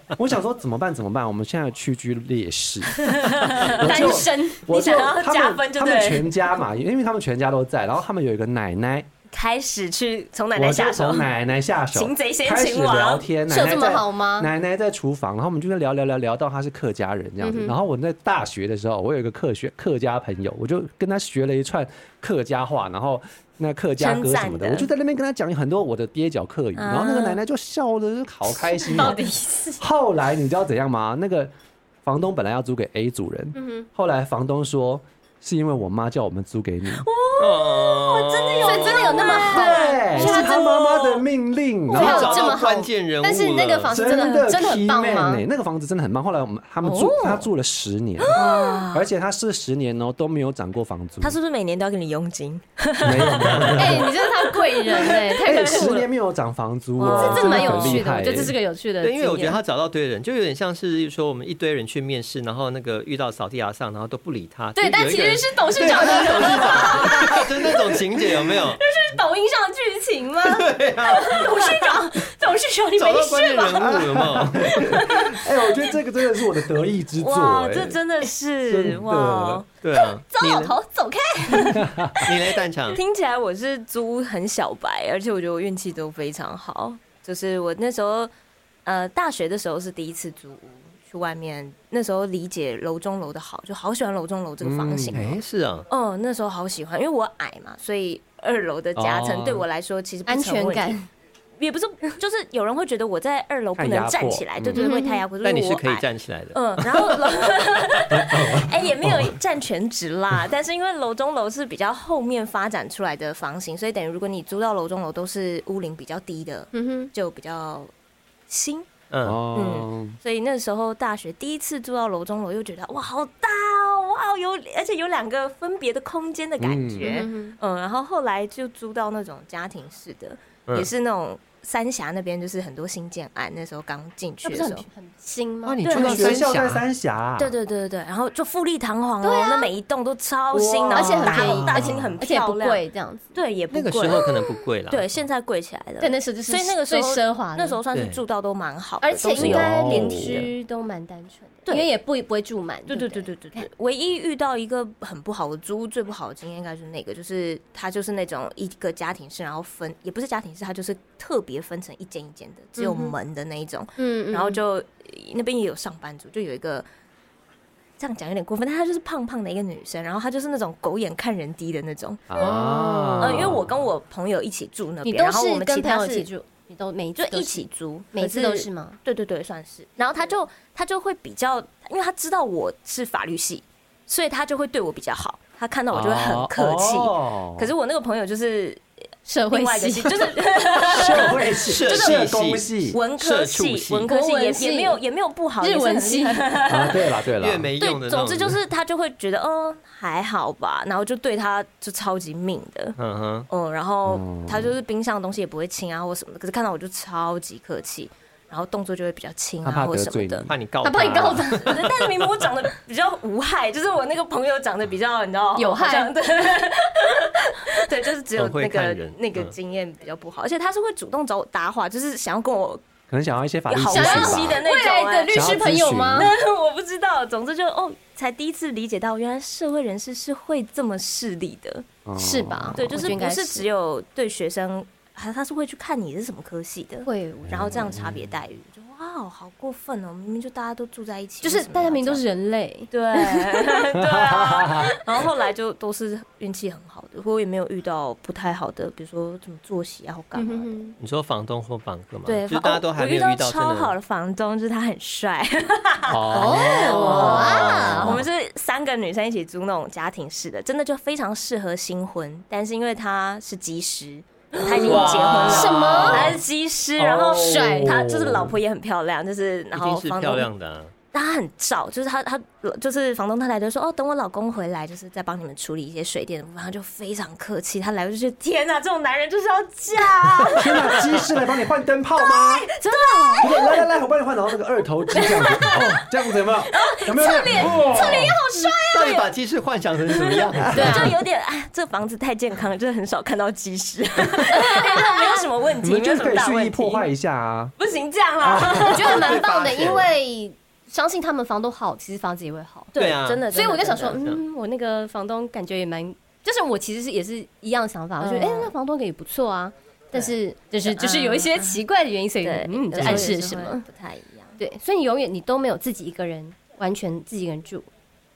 Speaker 2: [LAUGHS] 我想说怎么办怎么办？我们现在屈居劣
Speaker 4: [LAUGHS]
Speaker 2: 势，我
Speaker 4: 单
Speaker 2: 就
Speaker 4: 身，
Speaker 2: 我就
Speaker 3: 想要
Speaker 2: 他
Speaker 3: 加
Speaker 2: 们
Speaker 3: 分就
Speaker 2: 他们
Speaker 3: 对
Speaker 2: 全家嘛，因为他们全家都在，然后他们有一个奶奶，
Speaker 3: 开始去从奶
Speaker 2: 我
Speaker 3: 奶
Speaker 2: 就
Speaker 3: 下手
Speaker 2: 从，奶奶下手，
Speaker 3: 擒贼先
Speaker 2: 开始
Speaker 3: 擒王
Speaker 2: 聊天，
Speaker 4: 是有
Speaker 2: 奶奶
Speaker 4: 这么
Speaker 2: 在
Speaker 4: 好吗？
Speaker 2: 奶奶在厨房，然后我们就在聊聊聊聊到她是客家人这
Speaker 4: 嗯
Speaker 2: 样子。然后我在大学的时候，我有一个客学客家朋友，我就跟他学了一串客家话，然后那客家歌什么
Speaker 3: 称赞
Speaker 2: 的，
Speaker 3: 的
Speaker 2: 我就在那边跟他讲很多我的蹩脚客语，
Speaker 3: 啊
Speaker 2: 然后那个奶奶就笑的好开心
Speaker 4: 嗯到
Speaker 2: 哦
Speaker 4: 底。是
Speaker 2: 后来你知道怎样吗？那个房东本来要租给 A 组
Speaker 4: 嗯
Speaker 2: 人，后来房东说是因为我妈叫我们租给你，
Speaker 1: 哦，真的有
Speaker 4: 所以真的有那么好？
Speaker 2: 对，
Speaker 4: 所以他
Speaker 2: 是他
Speaker 4: 真
Speaker 2: 妈妈的命令，然
Speaker 4: 哇
Speaker 2: 后
Speaker 1: 找
Speaker 4: 这么
Speaker 1: 到
Speaker 4: 好
Speaker 1: 关键人物了。
Speaker 4: 但哦是那个房子真的
Speaker 2: 的
Speaker 4: 很真的很棒
Speaker 2: key man
Speaker 4: 吗哦
Speaker 2: 欸？那个房子真的很棒。后来我们他们住，他住了十年，
Speaker 4: 啊
Speaker 2: 而且他是十年哦都没有涨过房租。
Speaker 3: 他是不是每年都要给你佣金？
Speaker 4: [LAUGHS]
Speaker 2: 没有，
Speaker 4: 哎，你真是他贵人
Speaker 2: [LAUGHS]
Speaker 4: 哎，太
Speaker 2: 哎，
Speaker 4: 酷
Speaker 2: 十
Speaker 4: 了
Speaker 2: 年，没有涨房租
Speaker 3: 哇
Speaker 2: 哦，
Speaker 4: 这蛮有
Speaker 2: 很厉
Speaker 4: 趣的，
Speaker 2: 害
Speaker 4: 我觉得这是个有趣的
Speaker 1: 对，
Speaker 4: 经验，
Speaker 1: 因为我觉得他找到对的人，就有点像是说我们一堆人去面试，然后那个遇到扫地阿上，然后都不理他。
Speaker 4: 对，但
Speaker 1: 有一
Speaker 4: 其
Speaker 1: 个人
Speaker 4: 实是董事长的
Speaker 1: [LAUGHS] 就是那种情节有没有？
Speaker 4: 抖音上的剧
Speaker 2: [LAUGHS]
Speaker 4: 情吗？
Speaker 2: 啊
Speaker 4: 董事长，董事
Speaker 3: [LAUGHS]
Speaker 4: 长，你
Speaker 1: 找
Speaker 4: 没
Speaker 1: 到关键
Speaker 4: 事
Speaker 1: 人
Speaker 4: 吧？
Speaker 1: 物有没有？
Speaker 2: 哎，我觉得这个真的是我的得意之作。
Speaker 3: 哇，
Speaker 2: 哎
Speaker 3: 这真的
Speaker 2: 真
Speaker 3: 是
Speaker 2: 的
Speaker 3: 哇！
Speaker 1: 对啊，
Speaker 4: 糟
Speaker 1: 你
Speaker 4: 老
Speaker 1: 嘞
Speaker 4: 头，走开！
Speaker 1: 你来蛋场，
Speaker 3: 听起来我是租很小白，而且我觉得我运气都非常好。就是我那时候，呃，大学的时候是第一次租屋去外面，那时候理解楼中楼的好，就好喜欢楼中楼这个房型。
Speaker 1: 哎，是啊，
Speaker 3: 哦，那时候好喜欢，因为我矮嘛，所以二楼的夹层
Speaker 2: 哦
Speaker 3: 对我来说其实不
Speaker 4: 安
Speaker 3: 成
Speaker 4: 全
Speaker 3: 问题
Speaker 4: 感，
Speaker 3: 也不是，就是有人会觉得我在二楼不
Speaker 2: 太压
Speaker 3: 能
Speaker 2: 迫
Speaker 3: 站起来，对
Speaker 2: 嗯
Speaker 3: 对，会太压迫。
Speaker 1: 但你
Speaker 3: 就是我
Speaker 1: 可以
Speaker 3: 矮
Speaker 1: 站起来的。
Speaker 3: 嗯，然后楼，哎、也没有占全职啦，但是因为楼中楼是比较后面发展出来的房型，所以等于如果你租到楼中楼都是屋龄比较低的，
Speaker 4: [LAUGHS] 嗯哼，
Speaker 3: 就比较新。
Speaker 1: 嗯，
Speaker 2: 哦，
Speaker 3: 所以那时候大学第一次住到楼中楼，又觉得哇好大哦，哇有而且有两个分别的空间的感觉，嗯
Speaker 4: 嗯
Speaker 3: 然后后来就租到那种家庭式的，
Speaker 1: 嗯
Speaker 3: 也是那种三峡那边就是很多新建案，那时候刚进去
Speaker 4: 那不
Speaker 3: 的
Speaker 4: 是
Speaker 3: 时
Speaker 4: 很
Speaker 3: 候。
Speaker 4: 很新吗？
Speaker 2: 哦
Speaker 1: 哇，你
Speaker 3: 对
Speaker 1: 住到
Speaker 2: 学
Speaker 1: 三
Speaker 2: 校在
Speaker 1: 峡，
Speaker 2: 三峡，啊
Speaker 3: 对，对对对对，然后就富丽堂皇哦，那每一栋都超新，
Speaker 2: 哇
Speaker 4: 啊而
Speaker 3: 然后
Speaker 4: 且很
Speaker 3: 大
Speaker 4: 便宜，
Speaker 3: 大
Speaker 4: 而
Speaker 3: 厅
Speaker 4: 且
Speaker 3: 很
Speaker 4: 而且也
Speaker 3: 漂
Speaker 4: 不
Speaker 3: 亮，
Speaker 4: 贵，这样子。
Speaker 3: 对，也不
Speaker 1: 那个
Speaker 3: 贵
Speaker 1: 时，候可能不贵啦。
Speaker 3: 对，现在贵起来了。
Speaker 4: 对，那时候就是，
Speaker 3: 所以那个时
Speaker 4: 最
Speaker 3: 候
Speaker 4: 奢华的，
Speaker 3: 那时候算是
Speaker 1: 对
Speaker 3: 住到都蛮好的，
Speaker 4: 而且
Speaker 3: 都是
Speaker 4: 应
Speaker 3: 有
Speaker 4: 该
Speaker 3: 电
Speaker 4: 邻
Speaker 3: 梯的。
Speaker 4: 居都蛮单纯的，
Speaker 3: 对
Speaker 4: 因为也不不会住满。
Speaker 3: 对
Speaker 4: 对
Speaker 3: 对对对对对，唯一遇到一个很不好的租屋，最不好的经验应该就是那个，就是它就是那种一个家庭式，然后分也不是家庭式，它就是特别分成一间一间的，只有
Speaker 4: 嗯哼
Speaker 3: 呃门的那一种。
Speaker 4: 嗯
Speaker 3: 然后就那边也有上班族，就有一个这样讲有点过分，但她就是胖胖的一个女生，然后她就是那种狗眼看人低的那种。
Speaker 1: 嗯
Speaker 2: 啊
Speaker 3: 呃，因为我跟我朋友一起住那
Speaker 4: 你
Speaker 3: 边，
Speaker 4: 都
Speaker 3: 然后我
Speaker 4: 是
Speaker 3: 们
Speaker 4: 跟
Speaker 3: 其
Speaker 4: 朋
Speaker 3: 他
Speaker 4: 友
Speaker 3: 是
Speaker 4: 一起住，你都每一
Speaker 3: 就
Speaker 4: 次都
Speaker 3: 一
Speaker 4: 是
Speaker 3: 起租，
Speaker 4: 每次都
Speaker 3: 可
Speaker 4: 是吗？嗯
Speaker 3: 对对对，算是。然后他就他就会比较，因为他知道我是法律系，所以他就会对我比较好。他看到我就会很客气。
Speaker 1: 哦
Speaker 2: 哦
Speaker 3: 可是我那个朋友就是
Speaker 4: 社
Speaker 3: 另
Speaker 4: 会
Speaker 3: 外一个
Speaker 4: 系，
Speaker 3: 系，
Speaker 4: [LAUGHS]
Speaker 3: 就是
Speaker 2: 社会系、
Speaker 1: 社
Speaker 2: 社工系
Speaker 3: 文科
Speaker 1: 社畜系
Speaker 3: 系，文科系
Speaker 4: 国文
Speaker 3: 也
Speaker 4: 系
Speaker 3: 也没有也没有不好，
Speaker 4: 日文
Speaker 3: 也
Speaker 4: 系
Speaker 3: 是很厉害。
Speaker 2: 啊，对了对了，
Speaker 1: 越没用的那
Speaker 3: 对，
Speaker 1: 种。
Speaker 3: 总之就是他就会觉得，哦，还好吧，然后就对他就超级命的，
Speaker 1: 嗯哼，
Speaker 3: 嗯，然后
Speaker 2: 嗯
Speaker 3: 他就是冰箱的东西也不会清啊或什么的，可是看到我就超级客气，然后动作就会比较轻
Speaker 2: 他怕
Speaker 3: 啊或
Speaker 2: 得
Speaker 3: 什
Speaker 2: 罪
Speaker 3: 么的
Speaker 2: 你。
Speaker 1: 怕你告啊
Speaker 4: 他怕你告
Speaker 1: 他，
Speaker 4: 他，
Speaker 3: 可是但是明明我长得比较无害，就是我那个朋友长得比较你知道
Speaker 4: 有害
Speaker 3: 好像对， [LAUGHS] 对，就是只有
Speaker 1: 很会
Speaker 3: 那
Speaker 1: 看
Speaker 3: 个
Speaker 1: 人
Speaker 3: 那个
Speaker 1: 嗯
Speaker 3: 经验比较不好，而且他是会主动找我搭话，就是想要跟我 [LAUGHS]
Speaker 2: 可能想要一些法律
Speaker 3: 有好
Speaker 2: 知
Speaker 4: 想要
Speaker 3: 关
Speaker 2: 识
Speaker 3: 系的
Speaker 2: 吧。
Speaker 3: 那种、
Speaker 4: 未来的
Speaker 3: 哎
Speaker 4: 律师朋友吗？
Speaker 3: 我不知道，总之就哦，才第一次理解到，原来社会人士是会这么势利的。
Speaker 2: 嗯
Speaker 4: 是吧
Speaker 3: 对，
Speaker 4: 哦
Speaker 3: 就
Speaker 4: 我觉得
Speaker 3: 是
Speaker 4: 应
Speaker 3: 不
Speaker 4: 该
Speaker 3: 是
Speaker 4: 是
Speaker 3: 只有对学生，他他是会去看你是什么科系的，
Speaker 4: 会，
Speaker 3: 然后这样差别待遇，就哇哦，好过分哦！明明就大家都住在一起，
Speaker 4: 就
Speaker 3: 为
Speaker 4: 是
Speaker 3: 什么
Speaker 4: 大家
Speaker 3: 要
Speaker 4: 明明都
Speaker 3: 这
Speaker 4: 是
Speaker 3: 样
Speaker 4: 人类，
Speaker 3: 对 [LAUGHS] 对啊，然后后来就都是运气很好的，我也没有遇到不太好的，比如说怎么作息啊或干嘛的。
Speaker 4: 嗯
Speaker 1: 你说房东或房客嘛？
Speaker 3: 对，
Speaker 1: 就是大家都
Speaker 3: 哦
Speaker 1: 还
Speaker 3: 我
Speaker 1: 没
Speaker 3: 遇
Speaker 1: 有遇到真
Speaker 3: 超好
Speaker 1: 的
Speaker 3: 的房东，就是他很帅。
Speaker 2: 哦，
Speaker 4: 哇
Speaker 3: [LAUGHS] 我们是三个女生一起租那种家庭式的，真的就非常适合新婚。但是因为他是技师，他已经结婚了，
Speaker 4: 什么
Speaker 3: 他是技师，然后
Speaker 2: 哦
Speaker 3: 帅，他就是老婆也很漂亮，就是然
Speaker 1: 一
Speaker 3: 后
Speaker 1: 定是
Speaker 3: 房
Speaker 1: 漂
Speaker 3: 东，
Speaker 1: 亮的啊。
Speaker 3: 但他很照，就是他他就是房东太太就说哦，等我老公回来，就是再帮你们处理一些水电的部分，他就非常客气。他来我就觉得天哪，这种男人就是要嫁，
Speaker 2: 天哪，鸡是来帮你换灯泡吗？
Speaker 3: 真的。
Speaker 2: 不是来来来，我帮你换，然后那个二头肌这样子，哦，这样子有没有？有没有？侧脸，侧脸
Speaker 1: 到底把技师幻想成什么样子？
Speaker 4: 对啊
Speaker 3: 就有点哎，这房子太健康了，就是很少看到技师，没有什么问
Speaker 2: 你
Speaker 3: 题，
Speaker 2: 们
Speaker 3: 没
Speaker 2: 就
Speaker 3: 有
Speaker 2: 是可
Speaker 3: 什么
Speaker 2: 以
Speaker 3: 大
Speaker 2: 蓄
Speaker 3: 问
Speaker 2: 意
Speaker 3: 题。
Speaker 2: 破坏一下啊！
Speaker 3: 不行这样啦， [LAUGHS]
Speaker 4: 我觉得蛮棒的，
Speaker 1: 被发现
Speaker 4: 因为相信他们房东好，其实房子也会好。
Speaker 1: 对啊
Speaker 3: 真的。
Speaker 4: 所以我就
Speaker 3: 真
Speaker 4: 想
Speaker 3: 的
Speaker 4: 说，
Speaker 1: 真的
Speaker 4: 嗯，我那个房东感觉也蛮，就是我其实是也是一样的想法，我觉得
Speaker 3: 嗯
Speaker 4: 哎、那房东也不错啊，但是就是
Speaker 3: 嗯
Speaker 4: 就是有一些奇怪的原因，所以
Speaker 3: 对，
Speaker 4: 嗯，这
Speaker 3: 有时候
Speaker 4: 暗
Speaker 3: 也
Speaker 4: 示了
Speaker 3: 是
Speaker 4: 什
Speaker 3: 会
Speaker 4: 么？
Speaker 3: 不太一样。
Speaker 4: 对，所以你永远你都没有自己一个人，完全自己一个人住，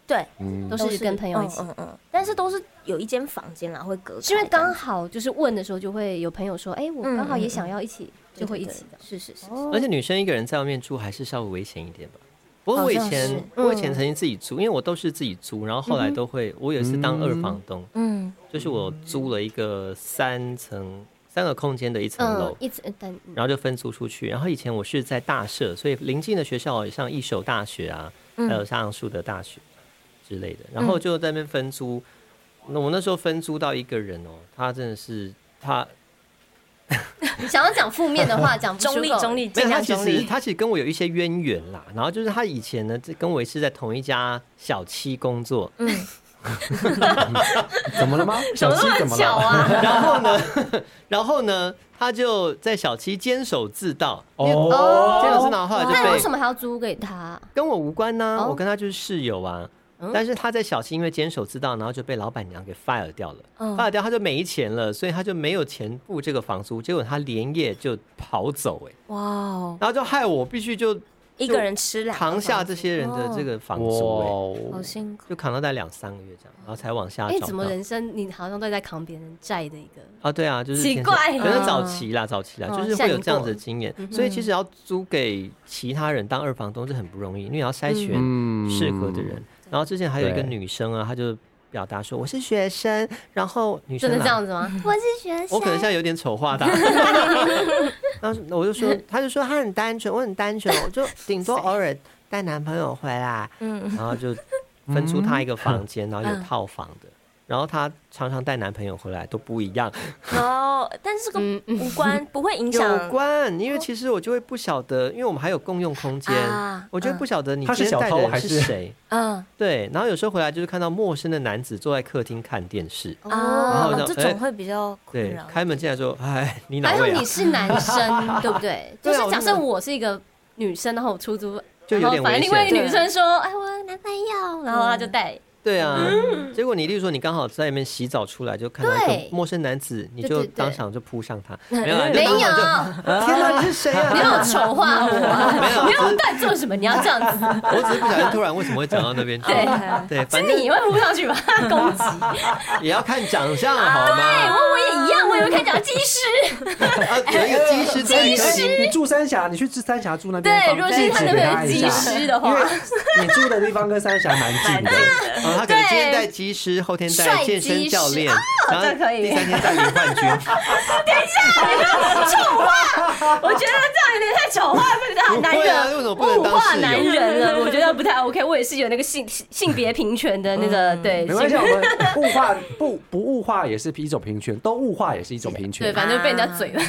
Speaker 3: 对，
Speaker 2: 嗯
Speaker 4: 都是跟朋友一起。
Speaker 3: 嗯嗯嗯，但是都是有一间房间啦，会隔开这样子。
Speaker 4: 是因为刚好就是问的时候，就会有朋友说，哎、我
Speaker 3: 嗯
Speaker 4: 刚好也
Speaker 3: 嗯
Speaker 4: 想要一起，
Speaker 3: 对
Speaker 4: 就会
Speaker 3: 对
Speaker 4: 一
Speaker 3: 对
Speaker 4: 起的。
Speaker 3: 是是是，是
Speaker 4: 哦
Speaker 1: 而且女生一个人在外面住还是稍微危险一点吧。不过
Speaker 3: 好
Speaker 1: 我以
Speaker 3: 像是
Speaker 1: 前，
Speaker 4: 嗯
Speaker 1: 我以前曾经自己租，因为我都是自己租，然后后来都会，我有一次当二房东，
Speaker 3: 嗯，
Speaker 1: 就是我租了一个三层三个空间的一层
Speaker 4: 嗯
Speaker 1: 楼，，
Speaker 4: 一直等，嗯
Speaker 1: 然后就分租出去。然后以前我是在大社，所以邻近的学校像一手大学啊，
Speaker 3: 嗯
Speaker 1: 还有上树的大学之类的，然后就在那边分租。那我那时候分租到一个人哦，他真的是他
Speaker 4: 想要讲负面的 [LAUGHS] 话，讲不出
Speaker 3: 中立
Speaker 4: 口
Speaker 3: 中立，
Speaker 1: 没有，
Speaker 3: 尽
Speaker 1: 他
Speaker 3: 量
Speaker 1: 其
Speaker 3: 中
Speaker 1: 实
Speaker 3: 立。
Speaker 1: 他其实跟我有一些渊源啦。然后就是他以前呢，这跟我也是在同一家小七工作。
Speaker 3: 嗯，
Speaker 2: 怎么了吗？小七怎么
Speaker 4: 巧
Speaker 2: 了？
Speaker 1: [LAUGHS]
Speaker 4: 啊！
Speaker 1: 然后呢，然后呢，他就在小七坚守自盗。
Speaker 2: 哦
Speaker 1: 坚守自盗后来就
Speaker 4: 那为什
Speaker 1: 被
Speaker 4: 么还要租给他？
Speaker 1: 跟我无关呢、
Speaker 4: 哦
Speaker 1: 我跟他就是室友啊。
Speaker 3: 嗯
Speaker 1: 但是他在小七因为坚守自盗，然后就被老板娘给 fire 掉了。
Speaker 3: 嗯
Speaker 1: fire 掉他就没钱了，所以他就没有钱付这个房租。结果他连夜就跑走、哎，
Speaker 3: 哇哦，
Speaker 1: 然后就害我必须就
Speaker 3: 一个人吃两个
Speaker 1: 扛下
Speaker 3: 房子
Speaker 1: 这
Speaker 3: 哦
Speaker 1: 些人的这个房租、哎。
Speaker 2: 哇哦
Speaker 3: 好辛苦。
Speaker 1: 就扛了大概两三个月这样，然后才往下
Speaker 4: 哎，
Speaker 1: 找
Speaker 4: 怎么
Speaker 1: 到。
Speaker 4: 人生你好像都在扛别人债的一个？
Speaker 1: 啊，对啊，就是
Speaker 4: 奇
Speaker 1: 天生
Speaker 4: 怪
Speaker 1: 可能早期啦，早期啦，
Speaker 4: 哦
Speaker 1: 就是
Speaker 4: 吓
Speaker 1: 会有
Speaker 4: 你
Speaker 1: 这样
Speaker 4: 过嗯
Speaker 1: 子的经验，所以其实要租给其他人当二房东是很不容易，因为你要筛选
Speaker 2: 嗯
Speaker 1: 适合的人。然后之前还有一个
Speaker 2: 对
Speaker 1: 女生啊，她就表达说我是学生，然后女生
Speaker 4: 真
Speaker 1: 啦
Speaker 4: 的这样子吗？我是学
Speaker 1: 我可能现在有点丑
Speaker 4: [LAUGHS]
Speaker 1: 化他，然后我就说，他就说他很单纯，我很单纯，我就顶多偶尔带男朋友回来，嗯，然后
Speaker 2: [LAUGHS]
Speaker 1: 就分出他一
Speaker 2: 嗯
Speaker 1: 个房间，然后
Speaker 4: 嗯
Speaker 1: 有套房的，然后他常常带男朋友回来都不一样，
Speaker 3: 哦，但是这个
Speaker 4: 嗯
Speaker 3: 无关，不会影响
Speaker 1: 有。关，因为
Speaker 4: 哦
Speaker 1: 其实我就会不晓得，因为我们还有共用空间
Speaker 3: 啊，
Speaker 1: 我
Speaker 4: 嗯
Speaker 1: 就会不晓得你
Speaker 2: 他是
Speaker 1: 今天
Speaker 2: 小
Speaker 1: 带
Speaker 2: 偷
Speaker 1: 的人
Speaker 2: 还
Speaker 1: 是
Speaker 2: 是
Speaker 1: 谁，
Speaker 3: 嗯
Speaker 1: 对，然后有时候回来就是看到陌生的男子坐在客厅看电视，
Speaker 3: 啊，
Speaker 1: 然后
Speaker 3: 哦
Speaker 1: 就
Speaker 3: 这
Speaker 1: 哎
Speaker 3: 种会比较困
Speaker 1: 对
Speaker 3: 扰，。
Speaker 1: 开门进来说，哎，你哪
Speaker 4: 还
Speaker 1: 位
Speaker 4: 有
Speaker 1: 啊
Speaker 4: 你？是男生，对不 [LAUGHS] 对？就
Speaker 1: 对啊
Speaker 4: 是
Speaker 1: 我
Speaker 4: 假
Speaker 1: 真
Speaker 4: 设
Speaker 1: 的
Speaker 4: 我是一个女生，然后我出租，
Speaker 1: 就有
Speaker 4: 然
Speaker 1: 点
Speaker 4: 后反
Speaker 1: 危
Speaker 4: 正另外一个
Speaker 1: 险
Speaker 4: 女生说：“哎，我有男朋友。”然后她就带
Speaker 1: 对啊，结果你例如说你刚好在里面洗澡出来，就看到一个
Speaker 4: 对
Speaker 1: 陌生男子，你
Speaker 4: 对
Speaker 1: 就
Speaker 4: 对对
Speaker 1: 当场就扑上他，没有啊，
Speaker 4: 没
Speaker 1: 就当
Speaker 4: 有，你
Speaker 1: 场就天哪，你是谁啊？
Speaker 4: 没有丑化我啊，
Speaker 1: 没有
Speaker 4: 你让
Speaker 1: 只
Speaker 4: 我
Speaker 1: 是
Speaker 4: 干做什么？你要这样子，
Speaker 1: 我只是不小心突然为什么会讲到那边去？
Speaker 4: [LAUGHS] 对啊
Speaker 1: 对，反
Speaker 4: 是
Speaker 1: 正
Speaker 4: 你会扑上去吧？攻击，啊
Speaker 1: 也要看长相好吗？
Speaker 4: 哦我也一样，我也会看讲技师。
Speaker 1: 啊，有一个技师在
Speaker 2: 你
Speaker 1: 可以
Speaker 2: 你住三峡，你去住三峡住那边的
Speaker 4: 对，
Speaker 2: 房
Speaker 4: 如果
Speaker 2: 间
Speaker 4: 是他那
Speaker 2: 指给
Speaker 4: 边
Speaker 2: 他
Speaker 4: 有
Speaker 2: 一
Speaker 4: 技
Speaker 2: 下
Speaker 4: 师的话
Speaker 2: 因，为你住的地方跟三峡蛮近的，
Speaker 1: 哦，他可能今天
Speaker 4: 对
Speaker 1: 带技师，后天带
Speaker 4: 帅
Speaker 1: 健身
Speaker 4: 技
Speaker 1: 教
Speaker 4: 师哦
Speaker 1: 练，然后
Speaker 4: 这可以
Speaker 1: 第三天带名冠
Speaker 4: [LAUGHS]
Speaker 1: 军。
Speaker 4: 我觉得这样有点太丑化，对不对？
Speaker 1: 不
Speaker 4: 男
Speaker 1: 会啊
Speaker 4: 人
Speaker 1: 为什么不能
Speaker 4: 物
Speaker 1: 当
Speaker 4: 化
Speaker 1: 室友
Speaker 4: 男人了，我觉得不太 OK。我也是有那个性性别平权的那个对，
Speaker 2: 没关系，
Speaker 4: 性
Speaker 2: 我们物化不不物化也是一种平权，都物化也是一种平
Speaker 4: 对，
Speaker 2: 权。
Speaker 4: 反正被人家嘴了。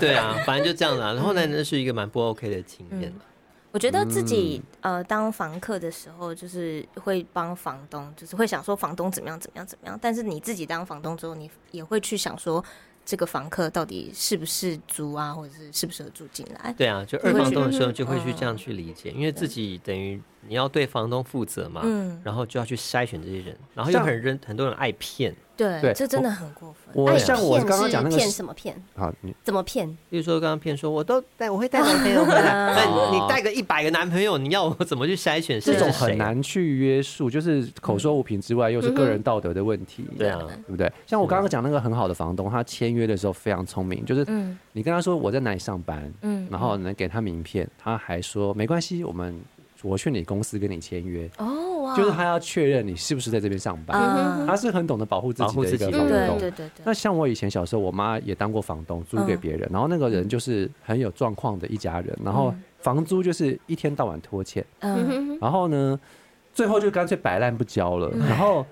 Speaker 1: 对啊，反正就这样啦。然后呢，那是一个蛮不 OK 的经验
Speaker 4: 嗯
Speaker 1: 啦
Speaker 3: 我觉得自己、呃当房客的时候，就是会帮房东，就是会想说房东怎么样怎么样怎么样。但是你自己当房东之后，你也会去想说这个房客到底适不适租啊，或者是适不适合住进来。
Speaker 1: 对啊，就二房东的时候就会去这样去理
Speaker 4: 嗯
Speaker 1: 解，因为自己等于你要对房东负责嘛，
Speaker 3: 嗯
Speaker 1: 然后就要去筛选这些人，然后又
Speaker 2: 像
Speaker 1: 很认很多人爱骗，
Speaker 3: 对，
Speaker 2: 对
Speaker 3: 这真的很过分。
Speaker 2: 我
Speaker 4: 哎
Speaker 2: 像我刚刚讲那个
Speaker 4: 骗是骗什么骗？
Speaker 2: 好，你
Speaker 4: 怎么骗？
Speaker 1: 例如说刚刚骗说我都带我会带男朋友回
Speaker 3: [LAUGHS]
Speaker 1: 来，那你你带个一百个男朋友，你要我怎么去筛选？
Speaker 2: 这种很。难去约束，就是口说无凭之
Speaker 3: 嗯
Speaker 2: 外，又是个人道德的问题。
Speaker 1: 对啊，
Speaker 2: 对不对？像我刚刚讲那个很好的房东，他签约的时候非常聪明，就是
Speaker 3: 嗯
Speaker 2: 你跟他说我在哪里上班，
Speaker 3: 嗯
Speaker 2: 然后能给他名片，他还说没关系，我们我去你公司跟你签约，
Speaker 3: 哦哇
Speaker 2: 就是他要确认你是不是在这边上班。
Speaker 3: 啊
Speaker 2: 他是很懂得保护自己的一个
Speaker 1: 保护自己
Speaker 2: 房
Speaker 3: 对
Speaker 2: 东。
Speaker 3: 嗯对对对，
Speaker 2: 那像我以前小时候，我妈也当过房东，租给
Speaker 3: 嗯
Speaker 2: 别人，然后那个人就是很有状况的一家人，然后房租就是一天到晚拖欠，
Speaker 3: 嗯
Speaker 2: 然后呢，最后就干脆摆烂不交了，然后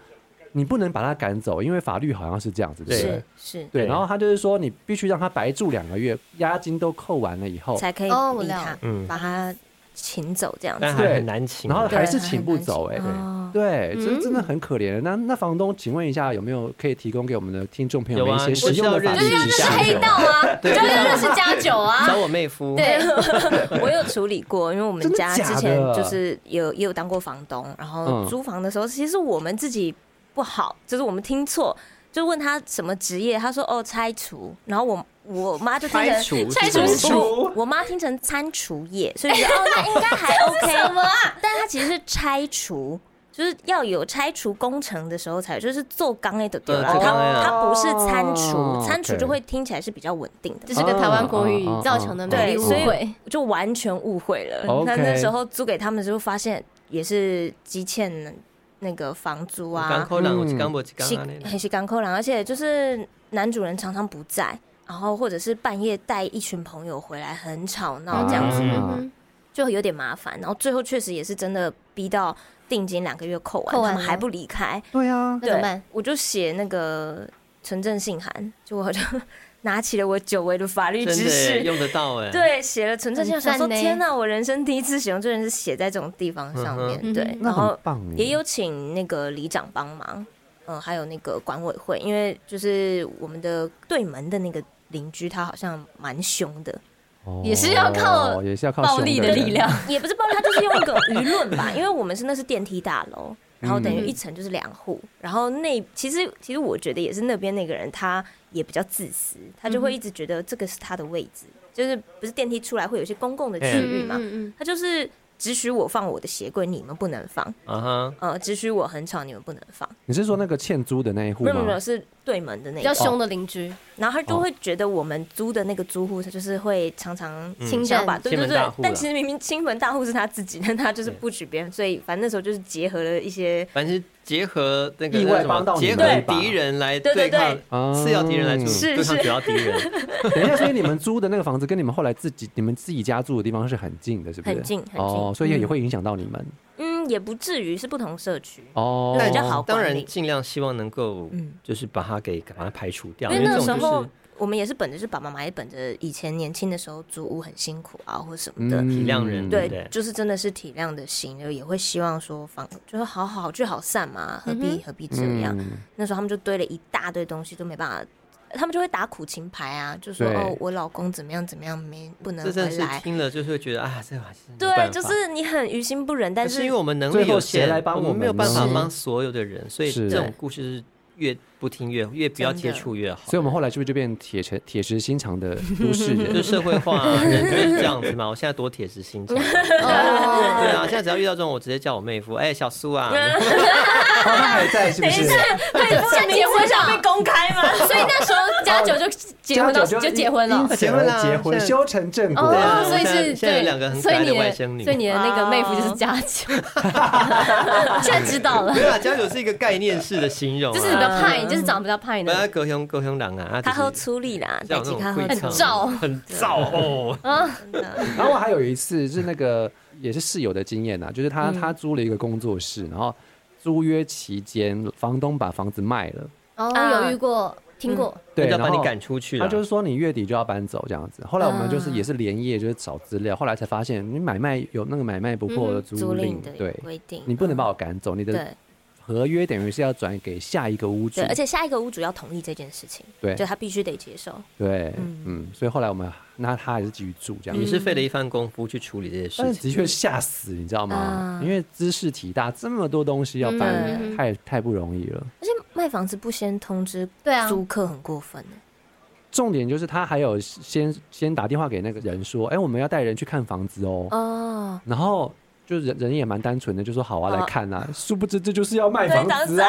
Speaker 2: 你不能把他赶走，因为法律好像是这样子，对不对
Speaker 3: 是？是
Speaker 2: 对，
Speaker 1: 对
Speaker 2: 然后他就是说，你必须让他白住两个月，押金都扣完了以后，
Speaker 3: 才可以
Speaker 4: 哦我
Speaker 3: 理
Speaker 4: 了
Speaker 3: 他，
Speaker 1: 嗯
Speaker 3: 把他请走这样子
Speaker 1: 但。还很难请啊，
Speaker 2: 然后
Speaker 3: 对
Speaker 2: 还是请不走、哎
Speaker 3: 很难请哦
Speaker 2: 对，这真的很可怜。那那房东，请问一下，有没有可以提供给我们的听众朋友
Speaker 1: 有
Speaker 2: 们
Speaker 1: 啊
Speaker 2: 一些实用的法律
Speaker 1: 我
Speaker 4: 就是要
Speaker 1: 知
Speaker 2: 指
Speaker 4: 认
Speaker 1: 道
Speaker 4: 识
Speaker 2: 向
Speaker 1: 这
Speaker 4: 黑
Speaker 1: 是？
Speaker 4: 道 [LAUGHS] 啊，就
Speaker 1: 对
Speaker 4: 要认识家酒啊
Speaker 1: 找。我妹夫，
Speaker 4: 对，
Speaker 3: [LAUGHS] 我有处理过，因为我们
Speaker 2: 真的
Speaker 3: 家
Speaker 2: 假
Speaker 3: 之前
Speaker 2: 的
Speaker 3: 就是有也有当过房东，然后
Speaker 2: 嗯
Speaker 3: 租房的时候，其实我们自己不好，就是我们听错，就问他什么职业，他说哦拆除，然后我我妈就听
Speaker 1: 拆
Speaker 3: 成。
Speaker 1: 除
Speaker 4: 拆
Speaker 1: 是什
Speaker 4: 除
Speaker 1: 么
Speaker 4: 是什么？
Speaker 3: 我妈听成餐厨业，所以觉得哦，那应该还
Speaker 4: [LAUGHS] 什
Speaker 3: OK。
Speaker 4: 么啊？
Speaker 3: 但她其实是拆除，就是要有拆除工程的时候才，就是做钢 A 的对了。
Speaker 1: 嗯做
Speaker 3: 她
Speaker 1: 钢的啊
Speaker 3: 她不是餐厨，
Speaker 2: 哦
Speaker 3: 餐厨
Speaker 2: OK
Speaker 3: 就会听起来是比较稳定的
Speaker 4: 这。是跟台湾国语
Speaker 2: 哦哦哦
Speaker 4: 造成的美
Speaker 3: 对，
Speaker 4: 丽误
Speaker 3: 所
Speaker 4: 会
Speaker 3: 以。就完全误会了。
Speaker 2: 哦 OK
Speaker 3: 那那时候租给他们的时候，发现也是积欠那个房租
Speaker 1: 刚
Speaker 3: 啊，
Speaker 1: 扣人，我
Speaker 2: 嗯
Speaker 1: 刚不刚
Speaker 3: 是
Speaker 1: 啊那
Speaker 3: 还是港口狼，而且就是男主人常常不在，然后或者是半夜带一群朋友回来，很吵闹这样子，
Speaker 2: 啊
Speaker 4: 嗯
Speaker 3: 就有点麻烦。然后最后确实也是真的逼到定金两个月扣完，
Speaker 4: 扣完
Speaker 3: 他们
Speaker 4: 了
Speaker 3: 还不离开，
Speaker 2: 对啊，
Speaker 4: 那怎么办？
Speaker 3: 我就写那个存证信函，就我就 [LAUGHS] 拿起了我久违的法律
Speaker 1: 真
Speaker 3: 知识
Speaker 1: 的，用得到哎，
Speaker 3: 对，写了存证信，
Speaker 4: 很
Speaker 3: 想说
Speaker 4: 赞呢
Speaker 3: 天哪，我人生第一次使用这人是写在这种地方上面，
Speaker 4: 嗯哼
Speaker 3: 对
Speaker 4: 嗯，
Speaker 2: 那
Speaker 3: 然
Speaker 2: 很
Speaker 3: 后
Speaker 2: 棒耶，
Speaker 3: 也有请那个里长帮忙，嗯，还有那个管委会，因为就是我们的对门的那个邻居，他好像蛮凶的，
Speaker 2: 哦
Speaker 4: 也是要靠
Speaker 2: 也是要靠
Speaker 4: 暴
Speaker 2: 凶
Speaker 4: 力
Speaker 2: 的
Speaker 4: 的
Speaker 2: 人
Speaker 4: 力
Speaker 2: [LAUGHS]
Speaker 4: 量。
Speaker 3: 也不是帮他，就是用一个舆论
Speaker 4: [LAUGHS]
Speaker 3: 吧，因为我们是那是电梯大楼，
Speaker 4: 嗯
Speaker 3: 然后等于一层就是两户，然后那其实其实我觉得也是那边那个人他也比较自私，他就会一直觉得这个是他的位置，就是不是电梯出来会有一些公共的区域嘛，
Speaker 4: 嗯
Speaker 3: 他就是只许我放我的鞋柜，你们不能放；
Speaker 1: 啊哈，
Speaker 3: 呃，只许我很吵，你们不能放。
Speaker 2: 你是说那个欠租的那一户
Speaker 3: 没有没有没
Speaker 2: 吗
Speaker 3: 有，？是对门的那
Speaker 4: 比
Speaker 3: 一
Speaker 4: 较
Speaker 3: 个。
Speaker 4: 凶的邻 [LAUGHS] 居，
Speaker 3: 然后他
Speaker 1: 哦
Speaker 3: 就会觉得我们租的那个租户，他就是会常常
Speaker 1: 嗯
Speaker 3: 想要把对
Speaker 1: 亲
Speaker 3: 对
Speaker 1: 门
Speaker 3: 对
Speaker 1: 大户，啦
Speaker 3: 但其实明明亲门大户是他自己，但他就是
Speaker 1: 对
Speaker 3: 不许别人，所以反正那时候就是结合了一些。
Speaker 1: 反正是结合那个
Speaker 2: 意
Speaker 1: 那
Speaker 2: 外
Speaker 1: 什
Speaker 2: 帮
Speaker 1: 么，
Speaker 2: 到你
Speaker 1: 结
Speaker 2: 们
Speaker 1: 合
Speaker 2: 一把
Speaker 1: 敌人来
Speaker 3: 对对
Speaker 1: 抗
Speaker 3: 对
Speaker 2: 啊
Speaker 1: 次要敌人来出
Speaker 3: 是
Speaker 1: 对抗
Speaker 3: 是
Speaker 1: 主要敌
Speaker 3: [LAUGHS]
Speaker 1: 人，
Speaker 2: [LAUGHS] 等一下，所以你们租的那个房子跟你们后来自己、你们自己家住的地方是很近的，是不是？
Speaker 3: 很近很近
Speaker 2: 哦，所以也会影响到你们
Speaker 3: 嗯，也不至于是不同社区，
Speaker 4: 嗯
Speaker 2: 哦。
Speaker 3: 对比较好
Speaker 1: 当
Speaker 3: 管
Speaker 1: 然
Speaker 3: 理
Speaker 1: 尽量希望能够
Speaker 3: 嗯
Speaker 1: 就是把它给把它排除掉，
Speaker 3: 因
Speaker 1: 因
Speaker 3: 为
Speaker 1: 为这
Speaker 3: 那个
Speaker 1: 种
Speaker 3: 时
Speaker 1: 就
Speaker 3: 候
Speaker 1: 是
Speaker 3: 我们也是本着是爸爸妈妈也本着以前年轻的时候租屋很辛苦啊，或什么的，
Speaker 2: 嗯
Speaker 1: 体谅人对不
Speaker 3: 对
Speaker 1: 对，
Speaker 3: 就是真的是体谅的心，就也会希望说房就是好好聚好散嘛，何必、
Speaker 4: 嗯
Speaker 3: 何必这样？
Speaker 2: 嗯
Speaker 3: 那时候他们就堆了一大堆东西，都没办法。他们就会打苦情牌啊，就说
Speaker 2: 对
Speaker 3: 哦，我老公怎么样怎么样，没不能
Speaker 1: 这真
Speaker 3: 回
Speaker 1: 的是
Speaker 3: 来。
Speaker 1: 听了就是会觉得啊，这还是没
Speaker 3: 对，
Speaker 1: 办
Speaker 3: 就
Speaker 1: 法
Speaker 3: 是你很于心不忍，但
Speaker 1: 可是因为我们能
Speaker 2: 最
Speaker 1: 力
Speaker 2: 后
Speaker 1: 有
Speaker 2: 谁
Speaker 1: 限，
Speaker 2: 来帮
Speaker 1: 我
Speaker 2: 我
Speaker 1: 们没有
Speaker 2: 们
Speaker 1: 办法
Speaker 2: 呢
Speaker 1: 帮所有的人，所以
Speaker 2: 是
Speaker 1: 这种故事是越不听越越不要
Speaker 3: 真
Speaker 1: 接
Speaker 3: 的
Speaker 1: 触越好。
Speaker 2: 所以我们后来是不是就变铁石铁石心肠的都市
Speaker 1: 就
Speaker 2: 人？哦
Speaker 1: 社会化、
Speaker 3: [LAUGHS]
Speaker 1: 啊，人就是这样子嘛。我现在多铁石心肠，
Speaker 4: 哦
Speaker 1: 对
Speaker 3: [LAUGHS]
Speaker 1: 啊，现在只要遇到这种，我直接叫我妹夫，哎、小苏啊，
Speaker 2: 哦他还在是不是？
Speaker 4: 像结婚
Speaker 1: 啊
Speaker 4: 上被公开吗？
Speaker 2: [LAUGHS]
Speaker 4: 所以那时
Speaker 1: 哦
Speaker 4: 候家九就结婚到
Speaker 2: 家九
Speaker 4: 就结婚了哦
Speaker 2: 因。此而结
Speaker 1: 结婚
Speaker 2: 婚
Speaker 1: 啦
Speaker 2: 修成正果。
Speaker 1: 对啊
Speaker 4: 所以
Speaker 1: 我现在
Speaker 4: 是
Speaker 1: 现在有
Speaker 4: 对
Speaker 1: 两个，很可
Speaker 4: 所以
Speaker 1: 爱的
Speaker 4: 你
Speaker 1: 外甥女哦
Speaker 4: 所以你的那个妹夫就是家九， [LAUGHS] 现在知道了
Speaker 1: 没，有啦，交友啊是一个概念式的形
Speaker 3: [LAUGHS]
Speaker 1: 容、啊，
Speaker 4: 就是比较怕你，就是长得比较怕你
Speaker 1: 不要
Speaker 4: 的，
Speaker 1: 狗熊狗熊狼啊，
Speaker 3: [LAUGHS] 他
Speaker 1: 就
Speaker 3: 喝
Speaker 1: 是
Speaker 3: 粗力啦，
Speaker 1: 像
Speaker 3: 代
Speaker 1: 有那
Speaker 3: 吉
Speaker 1: 种
Speaker 3: 他喝
Speaker 1: 会
Speaker 4: 很
Speaker 3: 粗力
Speaker 4: 燥，
Speaker 1: 很燥
Speaker 3: [LAUGHS]
Speaker 1: 哦，
Speaker 4: 啊
Speaker 3: 真的
Speaker 2: 然后我还有一次是那个也是室友的经验呐、就是
Speaker 4: 嗯
Speaker 2: 他、他租了一个工作室，然后租约期间房东把房子卖了，
Speaker 1: 嗯
Speaker 4: 哦，
Speaker 3: 啊
Speaker 4: 有遇过，听过，
Speaker 2: 对，
Speaker 1: 要
Speaker 2: 然
Speaker 1: 把
Speaker 2: 后
Speaker 1: 你赶出去了。
Speaker 2: 他就是说你月底就要搬走这样子。后来我们就是
Speaker 3: 嗯
Speaker 2: 也是连夜就是找资料，后来才发现你买卖有那个买卖不破的租
Speaker 3: 嗯租
Speaker 2: 赁，
Speaker 3: 赁的
Speaker 2: 对，
Speaker 3: 规定，嗯
Speaker 2: 你不能把我赶走，你的
Speaker 3: 对
Speaker 2: 合约等于是要转给下一个屋主
Speaker 3: 对，，而且下一个屋主要同意这件事情，
Speaker 2: 对
Speaker 3: 就他必须得接受。
Speaker 2: 对，嗯，所以后来我们那他还是继续住这样
Speaker 1: 你
Speaker 2: 子。
Speaker 1: 是费了一番功夫去处理这些事
Speaker 2: 但是
Speaker 1: 情，
Speaker 2: 的确吓死，你知道吗？
Speaker 3: 啊
Speaker 2: 因为知识体大，这么多东西要搬，
Speaker 4: 嗯
Speaker 2: 太太不容易了。
Speaker 3: 而且卖房子不先通知
Speaker 4: 对
Speaker 2: 嗯
Speaker 4: 啊，
Speaker 3: 租客很过分欸的，
Speaker 2: 重点就是他还有先先打电话给那个人说，哎、我们要带人去看房子哦。
Speaker 3: 哦，
Speaker 2: 然后就人人也蛮单纯的，就说好啊，
Speaker 3: 哦
Speaker 2: 来看啊。殊不知这就是要卖房子啊。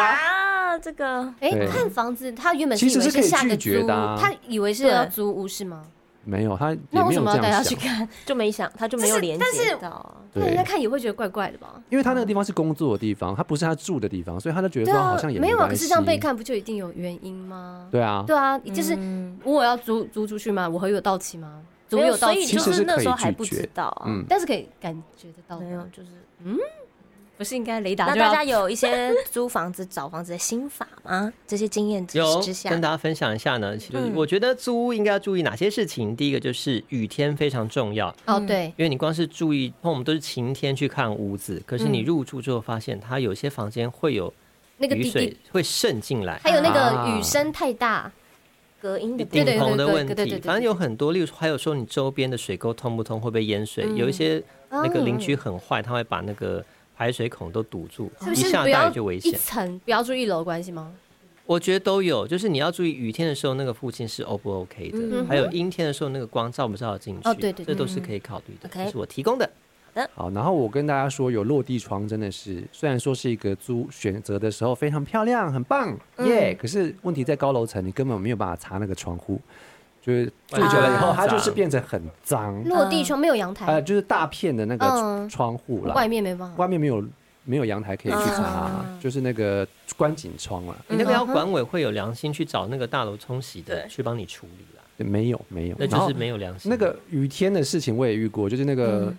Speaker 3: 啊，这个
Speaker 4: 哎
Speaker 2: 对，
Speaker 4: 看房子，他原本是以为
Speaker 2: 其实是可以
Speaker 4: 下个
Speaker 2: 拒绝
Speaker 4: 租
Speaker 2: 的啊
Speaker 4: 他以为是要租屋是吗？
Speaker 2: 没有，他也
Speaker 4: 那为
Speaker 2: 没
Speaker 4: 什
Speaker 2: 有
Speaker 4: 么
Speaker 2: 这
Speaker 4: 要带他
Speaker 2: 样
Speaker 4: 去
Speaker 2: 想，
Speaker 4: 看？
Speaker 3: 就没想，他就没有连
Speaker 4: 但是
Speaker 3: 接到啊。
Speaker 4: 那人
Speaker 2: 对
Speaker 4: 家。看也会觉得怪怪的吧？
Speaker 2: 因为他那个地方是工作的地方，他不是他住的地方，所以他就觉得
Speaker 4: 对
Speaker 2: 说
Speaker 4: 啊
Speaker 2: 好像，也
Speaker 4: 没有啊，
Speaker 2: 关
Speaker 4: 可
Speaker 2: 系。
Speaker 4: 是这样被看不就一定有原因吗？
Speaker 2: 对啊，
Speaker 4: 对啊，就是
Speaker 3: 嗯
Speaker 4: 我要租租出去吗？我合约有到期吗？租
Speaker 3: 没
Speaker 4: 约
Speaker 3: 有，
Speaker 4: 到
Speaker 3: 所以
Speaker 4: 期
Speaker 3: 就
Speaker 4: 吗，
Speaker 2: 其实是
Speaker 3: 那
Speaker 2: 可以
Speaker 3: 时候还
Speaker 2: 拒
Speaker 3: 不
Speaker 2: 绝
Speaker 3: 知道啊，
Speaker 2: 嗯，
Speaker 4: 但是可以感觉得到的，
Speaker 3: 没有，就是
Speaker 4: 不是应该雷达
Speaker 3: 那
Speaker 4: 就
Speaker 3: 大
Speaker 4: 要
Speaker 3: 家有一些租房子、找房子的心法吗？这些经验之
Speaker 1: 有
Speaker 3: 之下
Speaker 1: 跟，大家分享一下呢。其实
Speaker 3: 嗯
Speaker 1: 我觉得租屋应该要注意哪些事情？第一个就是雨天非常重要，
Speaker 4: 哦对，
Speaker 1: 因为你光是注意，我们都是晴天去看屋子，可是你入住之后发现，它有些房间会有
Speaker 4: 嗯那个
Speaker 1: 雨
Speaker 4: 滴
Speaker 1: 水
Speaker 4: 滴，
Speaker 1: 会渗进来，
Speaker 4: 还有那个
Speaker 2: 啊
Speaker 4: 雨声太大，
Speaker 3: 隔音的部
Speaker 1: 顶
Speaker 4: 对对
Speaker 1: 棚的问
Speaker 4: 对对对
Speaker 1: 题，
Speaker 4: 对对
Speaker 1: 反正有很多，例如说还有说你周边的水沟通不通，会不会淹
Speaker 4: 嗯
Speaker 1: 水？有一些那个邻居很坏，他会把那个排水孔都堵住，
Speaker 4: 是不
Speaker 1: 一
Speaker 4: 嗯哦是
Speaker 1: 下
Speaker 4: 不要
Speaker 1: 大雨就危
Speaker 4: 一
Speaker 1: 险。
Speaker 4: 层，不要住一楼的关系吗？
Speaker 1: 我觉得都有，就是你要注意雨天的时候那个附近是 O 不 OK 的，
Speaker 4: 嗯
Speaker 1: 还有阴天的时候那个光照不照得进去，
Speaker 4: 哦对对
Speaker 1: 这
Speaker 4: 对
Speaker 1: 都是可以考虑的，
Speaker 3: 嗯 OK
Speaker 1: 这是我提供的。
Speaker 2: 好，然后我跟大家说，有落地窗真的是，虽然说是一个租选择的时候非常漂亮，很棒，
Speaker 4: 嗯
Speaker 2: 耶、可是问题在高楼层，你根本没有办法擦那个窗户，就是住久了以后，
Speaker 1: 啊
Speaker 2: 它就是变成很脏，
Speaker 4: 落地窗没有阳台
Speaker 2: 呃，，就是大片的那个窗
Speaker 4: 嗯
Speaker 2: 窗户啦，
Speaker 4: 外面没办法。
Speaker 2: 外面没有没有阳台可以去
Speaker 3: 啊
Speaker 2: 擦，就是那个观景窗啊啦，
Speaker 1: 你那个
Speaker 3: 嗯
Speaker 1: 要管委会有良心去找那个大楼冲洗的去帮你处理啦，
Speaker 2: 没有没有，
Speaker 1: 那
Speaker 2: 然
Speaker 1: 就
Speaker 2: 后
Speaker 1: 是没有良心。
Speaker 2: 那个雨天的事情我也遇过，就是那
Speaker 3: 嗯
Speaker 2: 个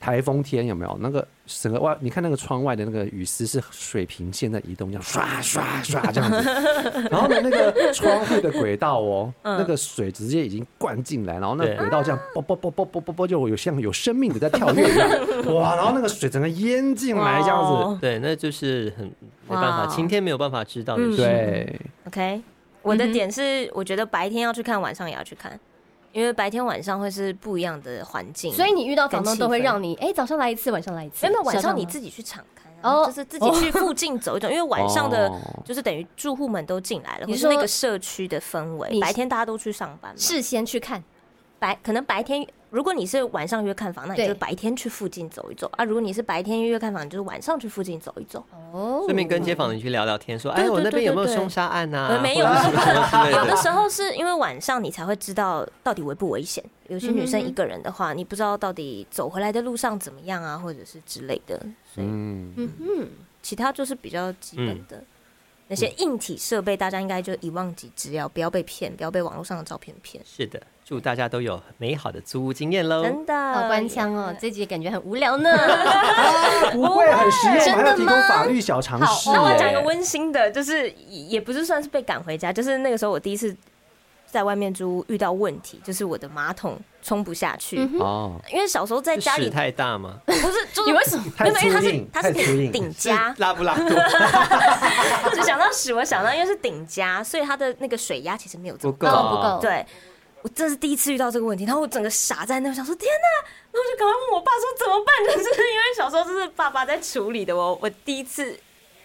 Speaker 2: 台风天有没有？那个整个外，你看那个窗外的那个雨丝是水平线在移动，这样刷刷刷这样
Speaker 3: [LAUGHS]
Speaker 2: 子。然后呢，那个窗户的轨道哦，
Speaker 3: 嗯
Speaker 2: 那个水直接已经灌进来，然后那个
Speaker 1: 对
Speaker 2: 轨道这样啵啵啵啵啵啵啵，就有像有生命的在跳跃一样，哇！然后那个水整个淹进来这样子，
Speaker 3: 哦
Speaker 1: 对，那就是很没办法，
Speaker 3: 哇嗯
Speaker 1: 晴天没有办法知道的事。
Speaker 2: 对。
Speaker 3: OK，我的
Speaker 4: 嗯哼
Speaker 3: 点是，我觉得白天要去看，晚上也要去看，因为白天晚上会是不一样的环境。
Speaker 4: 所以你遇到房东都会
Speaker 3: 跟气氛
Speaker 4: 让你，哎，早上来一次，晚上来一次。
Speaker 3: 没有晚上你
Speaker 4: 己
Speaker 3: 自己去敞开啊、
Speaker 4: 哦
Speaker 3: 就是自己去附近走一走，因为晚上的
Speaker 2: 哦
Speaker 3: 就是等于住户们都进来了，
Speaker 4: 你
Speaker 3: 或是
Speaker 4: 说
Speaker 3: 那个社区的氛
Speaker 4: 你
Speaker 3: 围，
Speaker 4: 是
Speaker 3: 白天大家都去上班嘛，
Speaker 4: 事先去看，
Speaker 3: 白可能白天。如果你是晚上约看房，那你
Speaker 4: 对
Speaker 3: 就白天去附近走一走啊；如果你是白天约看房，你就是晚上去附近走一走。
Speaker 4: 哦
Speaker 1: 顺便跟街坊邻居聊聊天，说：“
Speaker 3: 对
Speaker 1: 哎，
Speaker 3: 对
Speaker 1: 我那边有没有
Speaker 3: 对对对
Speaker 1: 凶杀案呐？
Speaker 3: 呃没有
Speaker 1: 或者是什么之类
Speaker 3: [LAUGHS] 有的
Speaker 1: 的。
Speaker 3: 时候是因为晚上你才会知道到底危不危险。有些
Speaker 4: 嗯
Speaker 3: 女生一个人的话，你不知道到底走回来的路上怎么样啊，或者是之类的。所以
Speaker 2: 嗯，
Speaker 3: 其他就是比较基本的、那些硬体设备，大家应该就一望即知，要不要被骗，不要被网络上的照片骗”。
Speaker 1: 是的，祝大家都有美好的租屋经验喽！
Speaker 3: 真的，
Speaker 4: 好呃官腔
Speaker 3: 呃
Speaker 4: 哦，这集感觉很无聊
Speaker 3: [LAUGHS]
Speaker 4: 呢。
Speaker 2: 不会很实用，我们还要提供法律小常识
Speaker 4: 好
Speaker 3: 那我
Speaker 2: 耶
Speaker 3: 讲个温馨的，就是也也不是算是被赶回家，就是那个时候我第一次在外面租屋遇到问题，就是我的马桶冲不下去，
Speaker 4: 嗯哼
Speaker 2: 哦，
Speaker 3: 因为小时候在家
Speaker 1: 屎
Speaker 3: 里
Speaker 1: 太大吗？
Speaker 3: 不是就是
Speaker 4: 你为什么？
Speaker 2: 太
Speaker 3: 没有，因为它
Speaker 2: 粗
Speaker 3: 是
Speaker 2: 硬，
Speaker 3: 它是
Speaker 2: 太粗
Speaker 3: 顶
Speaker 2: 硬
Speaker 3: 顶
Speaker 1: 是
Speaker 3: 加，
Speaker 1: 拉不拉多？
Speaker 3: 就想到屎，我想到因为是顶加，所以它的那个水压其实没有这么
Speaker 1: 不够
Speaker 4: 哦不够
Speaker 3: 对，我这是第一次遇到这个问题，然后我整个傻在那，我想说天哪，然后我就赶快问我爸说怎么办？ [LAUGHS] 但是因为小时候就是爸爸在处理的哦，我第一次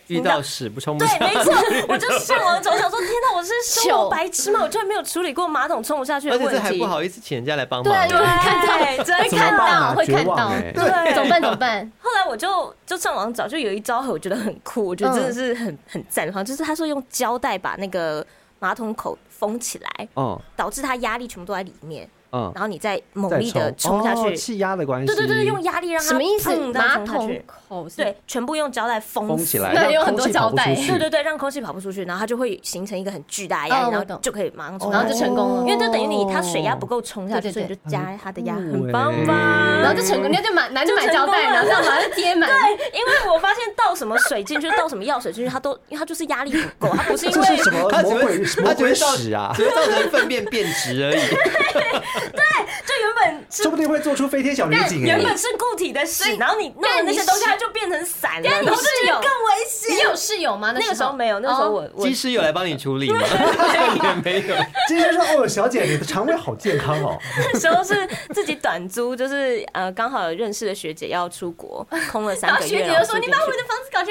Speaker 1: 遇到屎不冲不
Speaker 3: 对，
Speaker 4: [LAUGHS]
Speaker 1: 下
Speaker 3: 没错，我就上网找想说天哪，我是生活
Speaker 4: 糗
Speaker 3: 白痴吗？我居然没有处理过马桶冲不下去
Speaker 1: [LAUGHS]
Speaker 3: 的
Speaker 1: 而且
Speaker 3: 问
Speaker 1: 这还
Speaker 3: 题
Speaker 1: 不，好意思请人家来帮
Speaker 4: 对啊，
Speaker 1: 忙。欸
Speaker 4: 有人看到，
Speaker 3: 对真
Speaker 4: 会
Speaker 2: 怎么
Speaker 4: 看
Speaker 2: 办
Speaker 4: 到，
Speaker 2: 啊？
Speaker 4: 会
Speaker 2: 绝
Speaker 4: 看
Speaker 2: 望
Speaker 4: 到，
Speaker 2: 哎，
Speaker 3: 对
Speaker 4: [LAUGHS] 怎么办？怎么办？
Speaker 3: 后来我就就上网找，就有一招我觉得很酷，我觉得
Speaker 4: 嗯
Speaker 3: 真的是很很赞，好像就是他说用胶带把那个马桶口封起来，
Speaker 2: 嗯
Speaker 3: 导致它压力全部都在里面，
Speaker 2: 嗯，
Speaker 3: 然后你再猛
Speaker 2: 再
Speaker 3: 力的冲
Speaker 2: 冲
Speaker 3: 下
Speaker 2: 哦
Speaker 3: 去。
Speaker 2: 气压的关系，
Speaker 3: 对对对，用压力让它
Speaker 4: 什么意思？
Speaker 3: 砰这样
Speaker 4: 马
Speaker 3: 冲下
Speaker 4: 桶
Speaker 3: 去
Speaker 4: 口是
Speaker 3: 对，全部用胶带封
Speaker 2: 封
Speaker 3: 死 [LAUGHS]
Speaker 2: 起来，
Speaker 4: 对
Speaker 2: 让
Speaker 4: 有很
Speaker 2: 空
Speaker 4: 多
Speaker 2: 气跑
Speaker 4: 胶
Speaker 2: 不
Speaker 4: 带
Speaker 2: 出去
Speaker 3: 对对对，让空气跑不出去，然后它就会形成一个很巨大的压
Speaker 4: 哦
Speaker 3: 力，
Speaker 4: 我
Speaker 3: 然后
Speaker 4: 懂哦
Speaker 3: 就可以马上冲，
Speaker 4: 然后就成功了
Speaker 3: 因为就等于你它水压不
Speaker 2: 够，
Speaker 3: 够冲下去，
Speaker 4: 哦对对对嗯
Speaker 3: 所以你就加它的压，
Speaker 2: 很
Speaker 3: 很
Speaker 2: 酷
Speaker 3: 棒
Speaker 2: 欸
Speaker 3: 吧？
Speaker 4: 然
Speaker 3: [LAUGHS]
Speaker 4: 后就成功，人家就
Speaker 3: 嗯
Speaker 4: 买，拿去买胶带，然后这样把它贴满。
Speaker 3: 因为我发现倒什么水进去，倒什么药水进去，它都因为它就是压力不够，它不是因
Speaker 2: 这
Speaker 3: 为
Speaker 2: 是什么
Speaker 1: 他只
Speaker 2: 哦魔
Speaker 1: 会
Speaker 2: [LAUGHS] 鬼
Speaker 1: 他
Speaker 2: 魔
Speaker 1: 只会
Speaker 2: 鬼
Speaker 1: 造
Speaker 2: 屎啊！
Speaker 1: 只会造成粪便变直而已。
Speaker 3: 就原本是
Speaker 2: 说不定会做出飞天小女警
Speaker 3: [LAUGHS] 原
Speaker 2: 哎
Speaker 3: 本。是固体的屎
Speaker 4: 对，
Speaker 3: 然后你弄了那些东西，它就变成散了，
Speaker 4: 但你
Speaker 3: 然后就觉得
Speaker 4: 室友
Speaker 3: 更危险。
Speaker 4: 你有室友吗？
Speaker 3: 那个时候没有，那个时候
Speaker 4: 哦
Speaker 3: 我 [LAUGHS] 我
Speaker 1: 技师有来帮你处
Speaker 3: [LAUGHS]
Speaker 1: 理吗？也没有。
Speaker 2: 今天说哦，小姐，你的肠胃好健康哦。
Speaker 3: 那时候是自己短租，就是呃刚好有认识的学姐要出国，空了
Speaker 4: 然
Speaker 3: 三
Speaker 4: 后
Speaker 3: 个
Speaker 4: 学
Speaker 3: 月，
Speaker 4: 姐就说：“
Speaker 3: 然后
Speaker 4: 你
Speaker 3: 住
Speaker 4: 把
Speaker 3: 进
Speaker 4: 我们
Speaker 3: 去
Speaker 4: 的房子搞成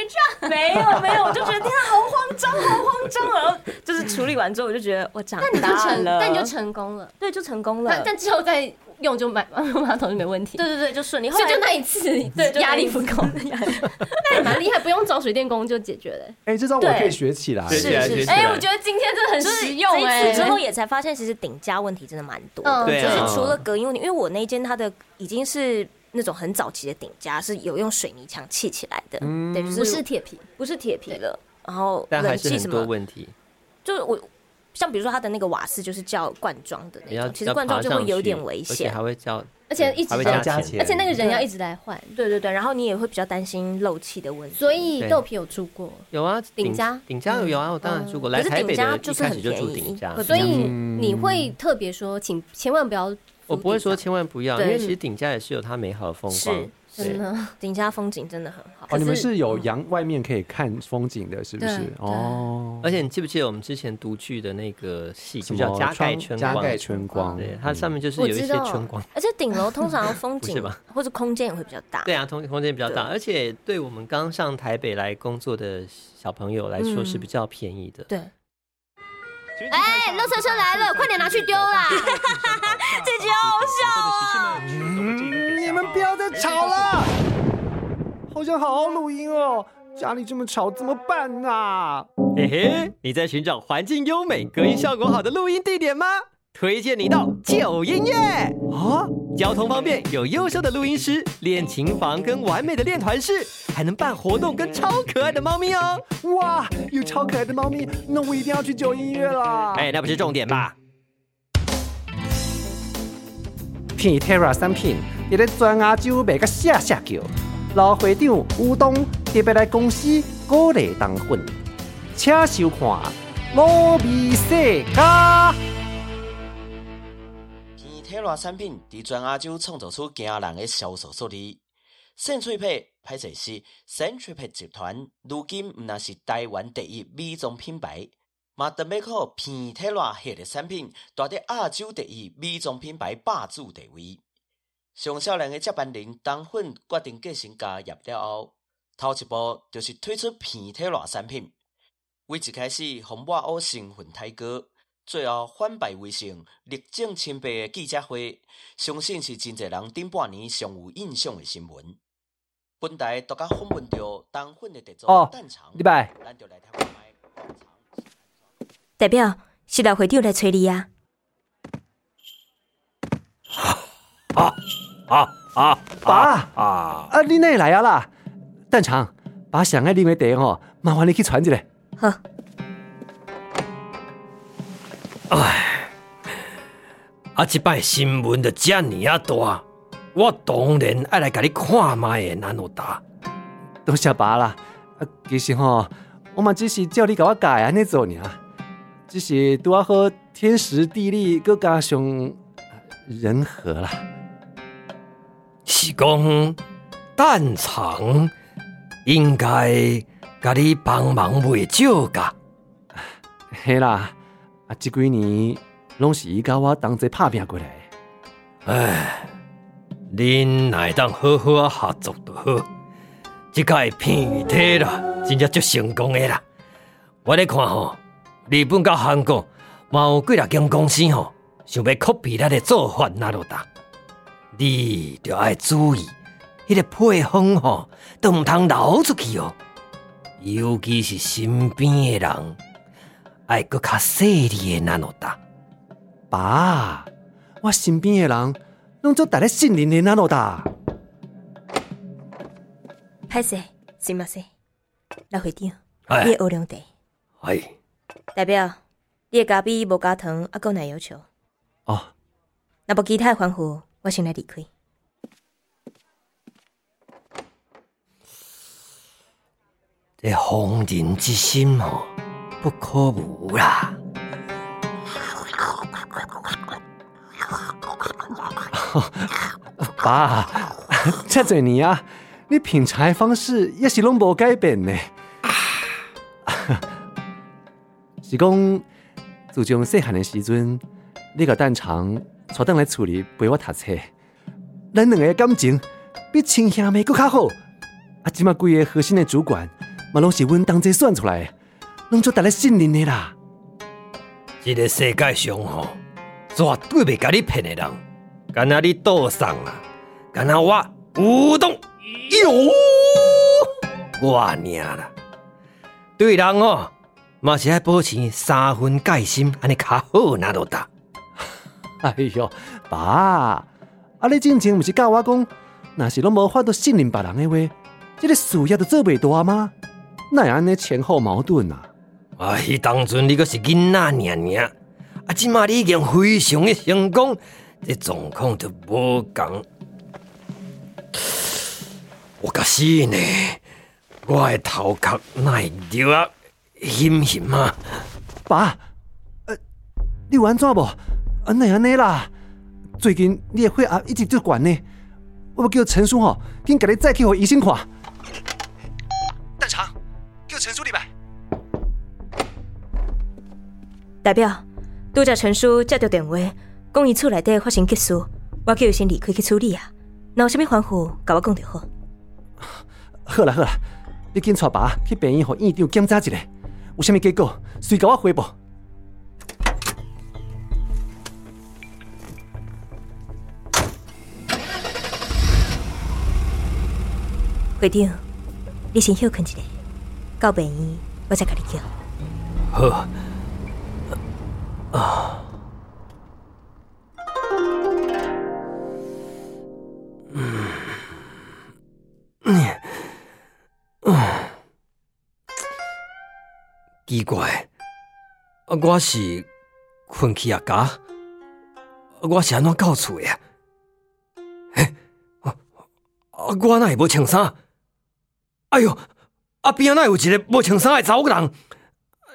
Speaker 4: 这
Speaker 3: [LAUGHS]
Speaker 4: 样。
Speaker 3: 没有没有，我就觉得天啊，好慌张，好慌张。然后就是处理完之后，我就觉得我长”
Speaker 4: 你就
Speaker 3: 大
Speaker 4: 成，
Speaker 3: 了，
Speaker 4: 但你就成功了。
Speaker 3: 对，就成功了
Speaker 4: 但。但之后再用就买 [LAUGHS] 马桶就没问题。
Speaker 3: 对，对对，就顺利。后
Speaker 4: 所以
Speaker 3: 来
Speaker 4: 就那一次，
Speaker 3: 对就那一次
Speaker 4: 压力不够，那也蛮厉害，不用装水电工就解决了。
Speaker 2: [LAUGHS] 哎，这招我可以学起来。
Speaker 1: 对学起来
Speaker 3: 是
Speaker 1: 学
Speaker 3: 是
Speaker 1: 起来
Speaker 4: 哎，我觉得今天真的很
Speaker 3: 就是
Speaker 4: 实用
Speaker 3: 这
Speaker 4: 哎。
Speaker 3: 一次之后也才发现，其实顶加问题真的蛮多的。
Speaker 4: 嗯
Speaker 1: 对
Speaker 3: 就
Speaker 1: 啊
Speaker 3: 是除了隔音问题，因为我那间它的已经是那种很早期的顶加，是有用水泥墙砌起来的，对，就是
Speaker 4: 不是铁皮，
Speaker 3: 不是铁皮了。然后
Speaker 1: 嗯但
Speaker 3: 冷
Speaker 1: 还是
Speaker 3: 气
Speaker 1: 很
Speaker 3: 什
Speaker 1: 多
Speaker 3: 么，
Speaker 1: 问题。
Speaker 3: 就是我像比如说它的那个瓦斯就是叫罐装的
Speaker 1: 你
Speaker 3: 那
Speaker 1: 要
Speaker 3: 种，其实
Speaker 1: 要
Speaker 3: 罐装就
Speaker 1: 爬
Speaker 3: 会
Speaker 1: 上
Speaker 3: 有
Speaker 1: 去
Speaker 3: 点危
Speaker 1: 而且
Speaker 3: 险
Speaker 1: 还。会叫，
Speaker 4: 而且一直
Speaker 1: 还会
Speaker 4: 这
Speaker 1: 加
Speaker 4: 样
Speaker 2: 加
Speaker 1: 钱
Speaker 2: 钱
Speaker 4: 而且那个人要一直来换。
Speaker 3: 对对对，然后你也会比较担心漏气的问题。
Speaker 4: 所以
Speaker 1: 对
Speaker 4: 豆皮有住过，
Speaker 1: 有啊，
Speaker 4: 顶家
Speaker 1: 顶家有啊，我当然住过。来
Speaker 3: 嗯可是
Speaker 1: 台北
Speaker 3: 顶家
Speaker 1: 的
Speaker 3: 就
Speaker 1: 一
Speaker 3: 是
Speaker 1: 开
Speaker 3: 很
Speaker 1: 始就住
Speaker 3: 便宜
Speaker 1: 顶家
Speaker 3: 会，
Speaker 4: 所以
Speaker 2: 嗯
Speaker 4: 你会特别说，请千万不要。
Speaker 1: 我不会说千万不要，因
Speaker 3: 对
Speaker 1: 为其实顶家也是有它美好的风光。
Speaker 4: 是真的，
Speaker 3: 顶家风景真的很好。
Speaker 2: 哦，你们
Speaker 4: 可是
Speaker 2: 是有阳外面可以看风景的，是不
Speaker 4: 对
Speaker 2: 是
Speaker 4: 对？
Speaker 2: 哦，
Speaker 1: 而且你记不记得我们之前独剧的那个戏就
Speaker 2: 什么
Speaker 1: 叫《加盖
Speaker 2: 窗
Speaker 1: 春
Speaker 2: 加
Speaker 1: 光》？
Speaker 2: 盖啊嗯春光，
Speaker 1: 对，它上面就是
Speaker 4: 我
Speaker 1: 有一
Speaker 4: 知
Speaker 1: 些
Speaker 4: 道
Speaker 1: 春光。
Speaker 3: 而且顶楼通常
Speaker 1: [LAUGHS]
Speaker 3: 风
Speaker 1: 不是
Speaker 3: 景
Speaker 1: 吧
Speaker 3: 或者空间也会比较大。
Speaker 1: 对啊，空空间比较大，
Speaker 3: 对
Speaker 1: 而且对我们刚上台北来工作的小朋友来说
Speaker 3: 嗯
Speaker 1: 是比较便宜的。 [LAUGHS]
Speaker 3: 对，
Speaker 5: 哎，垃圾车来了，快点拿去丢啦！ [LAUGHS] 姐姐好笑啊！
Speaker 2: 你们不要再吵了，好想好好录音哦。家里这么吵怎么办呐？
Speaker 1: 嘿嘿，你在寻找环境优美、隔音效果好的录音地点吗？推荐你到九音乐。哦
Speaker 2: 啊，
Speaker 1: 交通方便，有优秀的录音师、练琴房跟完美的练团室，还能办活动跟超可爱的猫咪哦。
Speaker 2: 哇，有超可爱的猫咪，那我一定要去九音乐啦。
Speaker 1: 哎，那不是重点吧？
Speaker 2: 片 Terra 产品，伫咧全亚洲啊卖个下下叫。老会长吴东特别来公司鼓励当粉，请收看《卤味世家》。
Speaker 6: 天体热产品伫全亚洲创造出惊人的销售数字。扇翠佩歹势是扇翠佩集团如今毋但是台湾第一美妆品牌，嘛特别靠片体热系列产品，夺得亚洲第一美妆品牌霸主地位。上少年的接班人当粉决定继承家业了后，头一步就是推出片体热产品。为一开始红抹乌成分太高，最后反败为胜，力证清白的记者会，相信是真侪人顶半年上有印象的新闻。本台独家访问到当粉的特助
Speaker 2: 哦
Speaker 6: 蛋厂，
Speaker 2: 李白，
Speaker 6: 咱就来听看卖蛋厂。
Speaker 3: 代表是老会长来催你啊！
Speaker 2: 爸啊，啊，你哪会来啊啦？蛋肠，把上爱啉的茶吼，麻烦你去传一下。
Speaker 3: 好，
Speaker 7: 啊，即摆新闻就遮尔啊大，我当然爱来甲你看卖诶，哪有大？
Speaker 2: 多谢爸啦。啊，啊其实吼，我嘛只是照你甲我教安尼做尔，只是拄啊好天时地利，各加上人和啦。
Speaker 7: 是讲蛋厂应该甲你帮忙袂少噶。
Speaker 2: 嘿啦，啊，这几年拢是伊甲我同齐拍拼过来的。
Speaker 7: 唉，恁乃当好好啊合作就好。即个片体啦，真正足成功诶啦。我咧看吼，日本甲韩国嘛有几啊间公司吼，想要 copy 咱诶做法那落搭，你着爱注意，迄、个配方吼，都毋通流出去哦。尤其是身边诶人，爱搁较细腻诶那落搭。
Speaker 2: 爸，我身边的人拢做逐日信任的那落哒。
Speaker 3: 拍摄，是嘛是？老会长，
Speaker 7: 哎
Speaker 3: 啊你的乌龙茶，
Speaker 7: 哎，
Speaker 3: 代表你的咖啡无加糖，啊，有奶油球。
Speaker 2: 哦，
Speaker 3: 若无其他的吩咐，我先来离开。
Speaker 7: 这防人之心吼，不可无啦。
Speaker 2: [LAUGHS] 爸，这侪年啊，你品茶的方式也是拢无改变呢。 [LAUGHS] 是讲，自从细汉的时阵，你甲蛋肠坐等来厝里陪我读册，咱两个的感情比亲兄妹搁较好。啊，即马几个核心的主管，嘛拢是阮同齐选出来的，拢做逐个信任的啦。
Speaker 7: 这个世界上吼，绝对袂甲你骗的人，敢若你倒送啊，敢若我有动有我尔啦。对人哦，嘛是爱保持三分戒心，安尼较好那落搭。
Speaker 2: [LAUGHS] 哎哟，爸，啊你之前毋是教我讲，若是拢无法度信任别人的话，这个事业就做袂大吗？哪会安尼前后矛盾啊？
Speaker 7: 啊，迄当阵你阁是囡仔尔尔，啊，即马你已经非常的成功，这状况就无共。我甲死呢，我的头壳会着啊，힘힘啊！
Speaker 2: 爸，呃，你有安怎无？啊，哪会安尼啦？最近你的血压一直就悬呢，我要叫陈叔吼，紧甲你再去互医生看。蛋肠，叫陈叔入来。
Speaker 3: 代表，拄则陈叔接到电话，讲伊厝内底发生急事，我叫伊先离开去处理啊。若有啥物吩咐，甲我讲就好。
Speaker 2: 好啦好啦，你紧带爸去病院互院长检查一下，有啥物结果随甲我汇报。
Speaker 3: 会长，你先休困一下，到病院我再甲你叫。
Speaker 7: 好，奇怪，啊，我是困去啊家，我是安怎到厝的啊？嘿，啊，啊我哪会无穿衫？哎哟，啊边仔哪有一个无穿衫的查某人？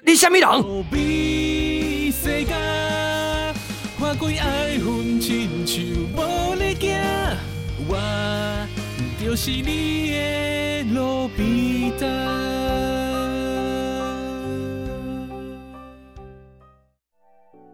Speaker 7: 你什么人？
Speaker 8: 何必世界，看开爱恨亲像无咧行，我就是你的路边摊。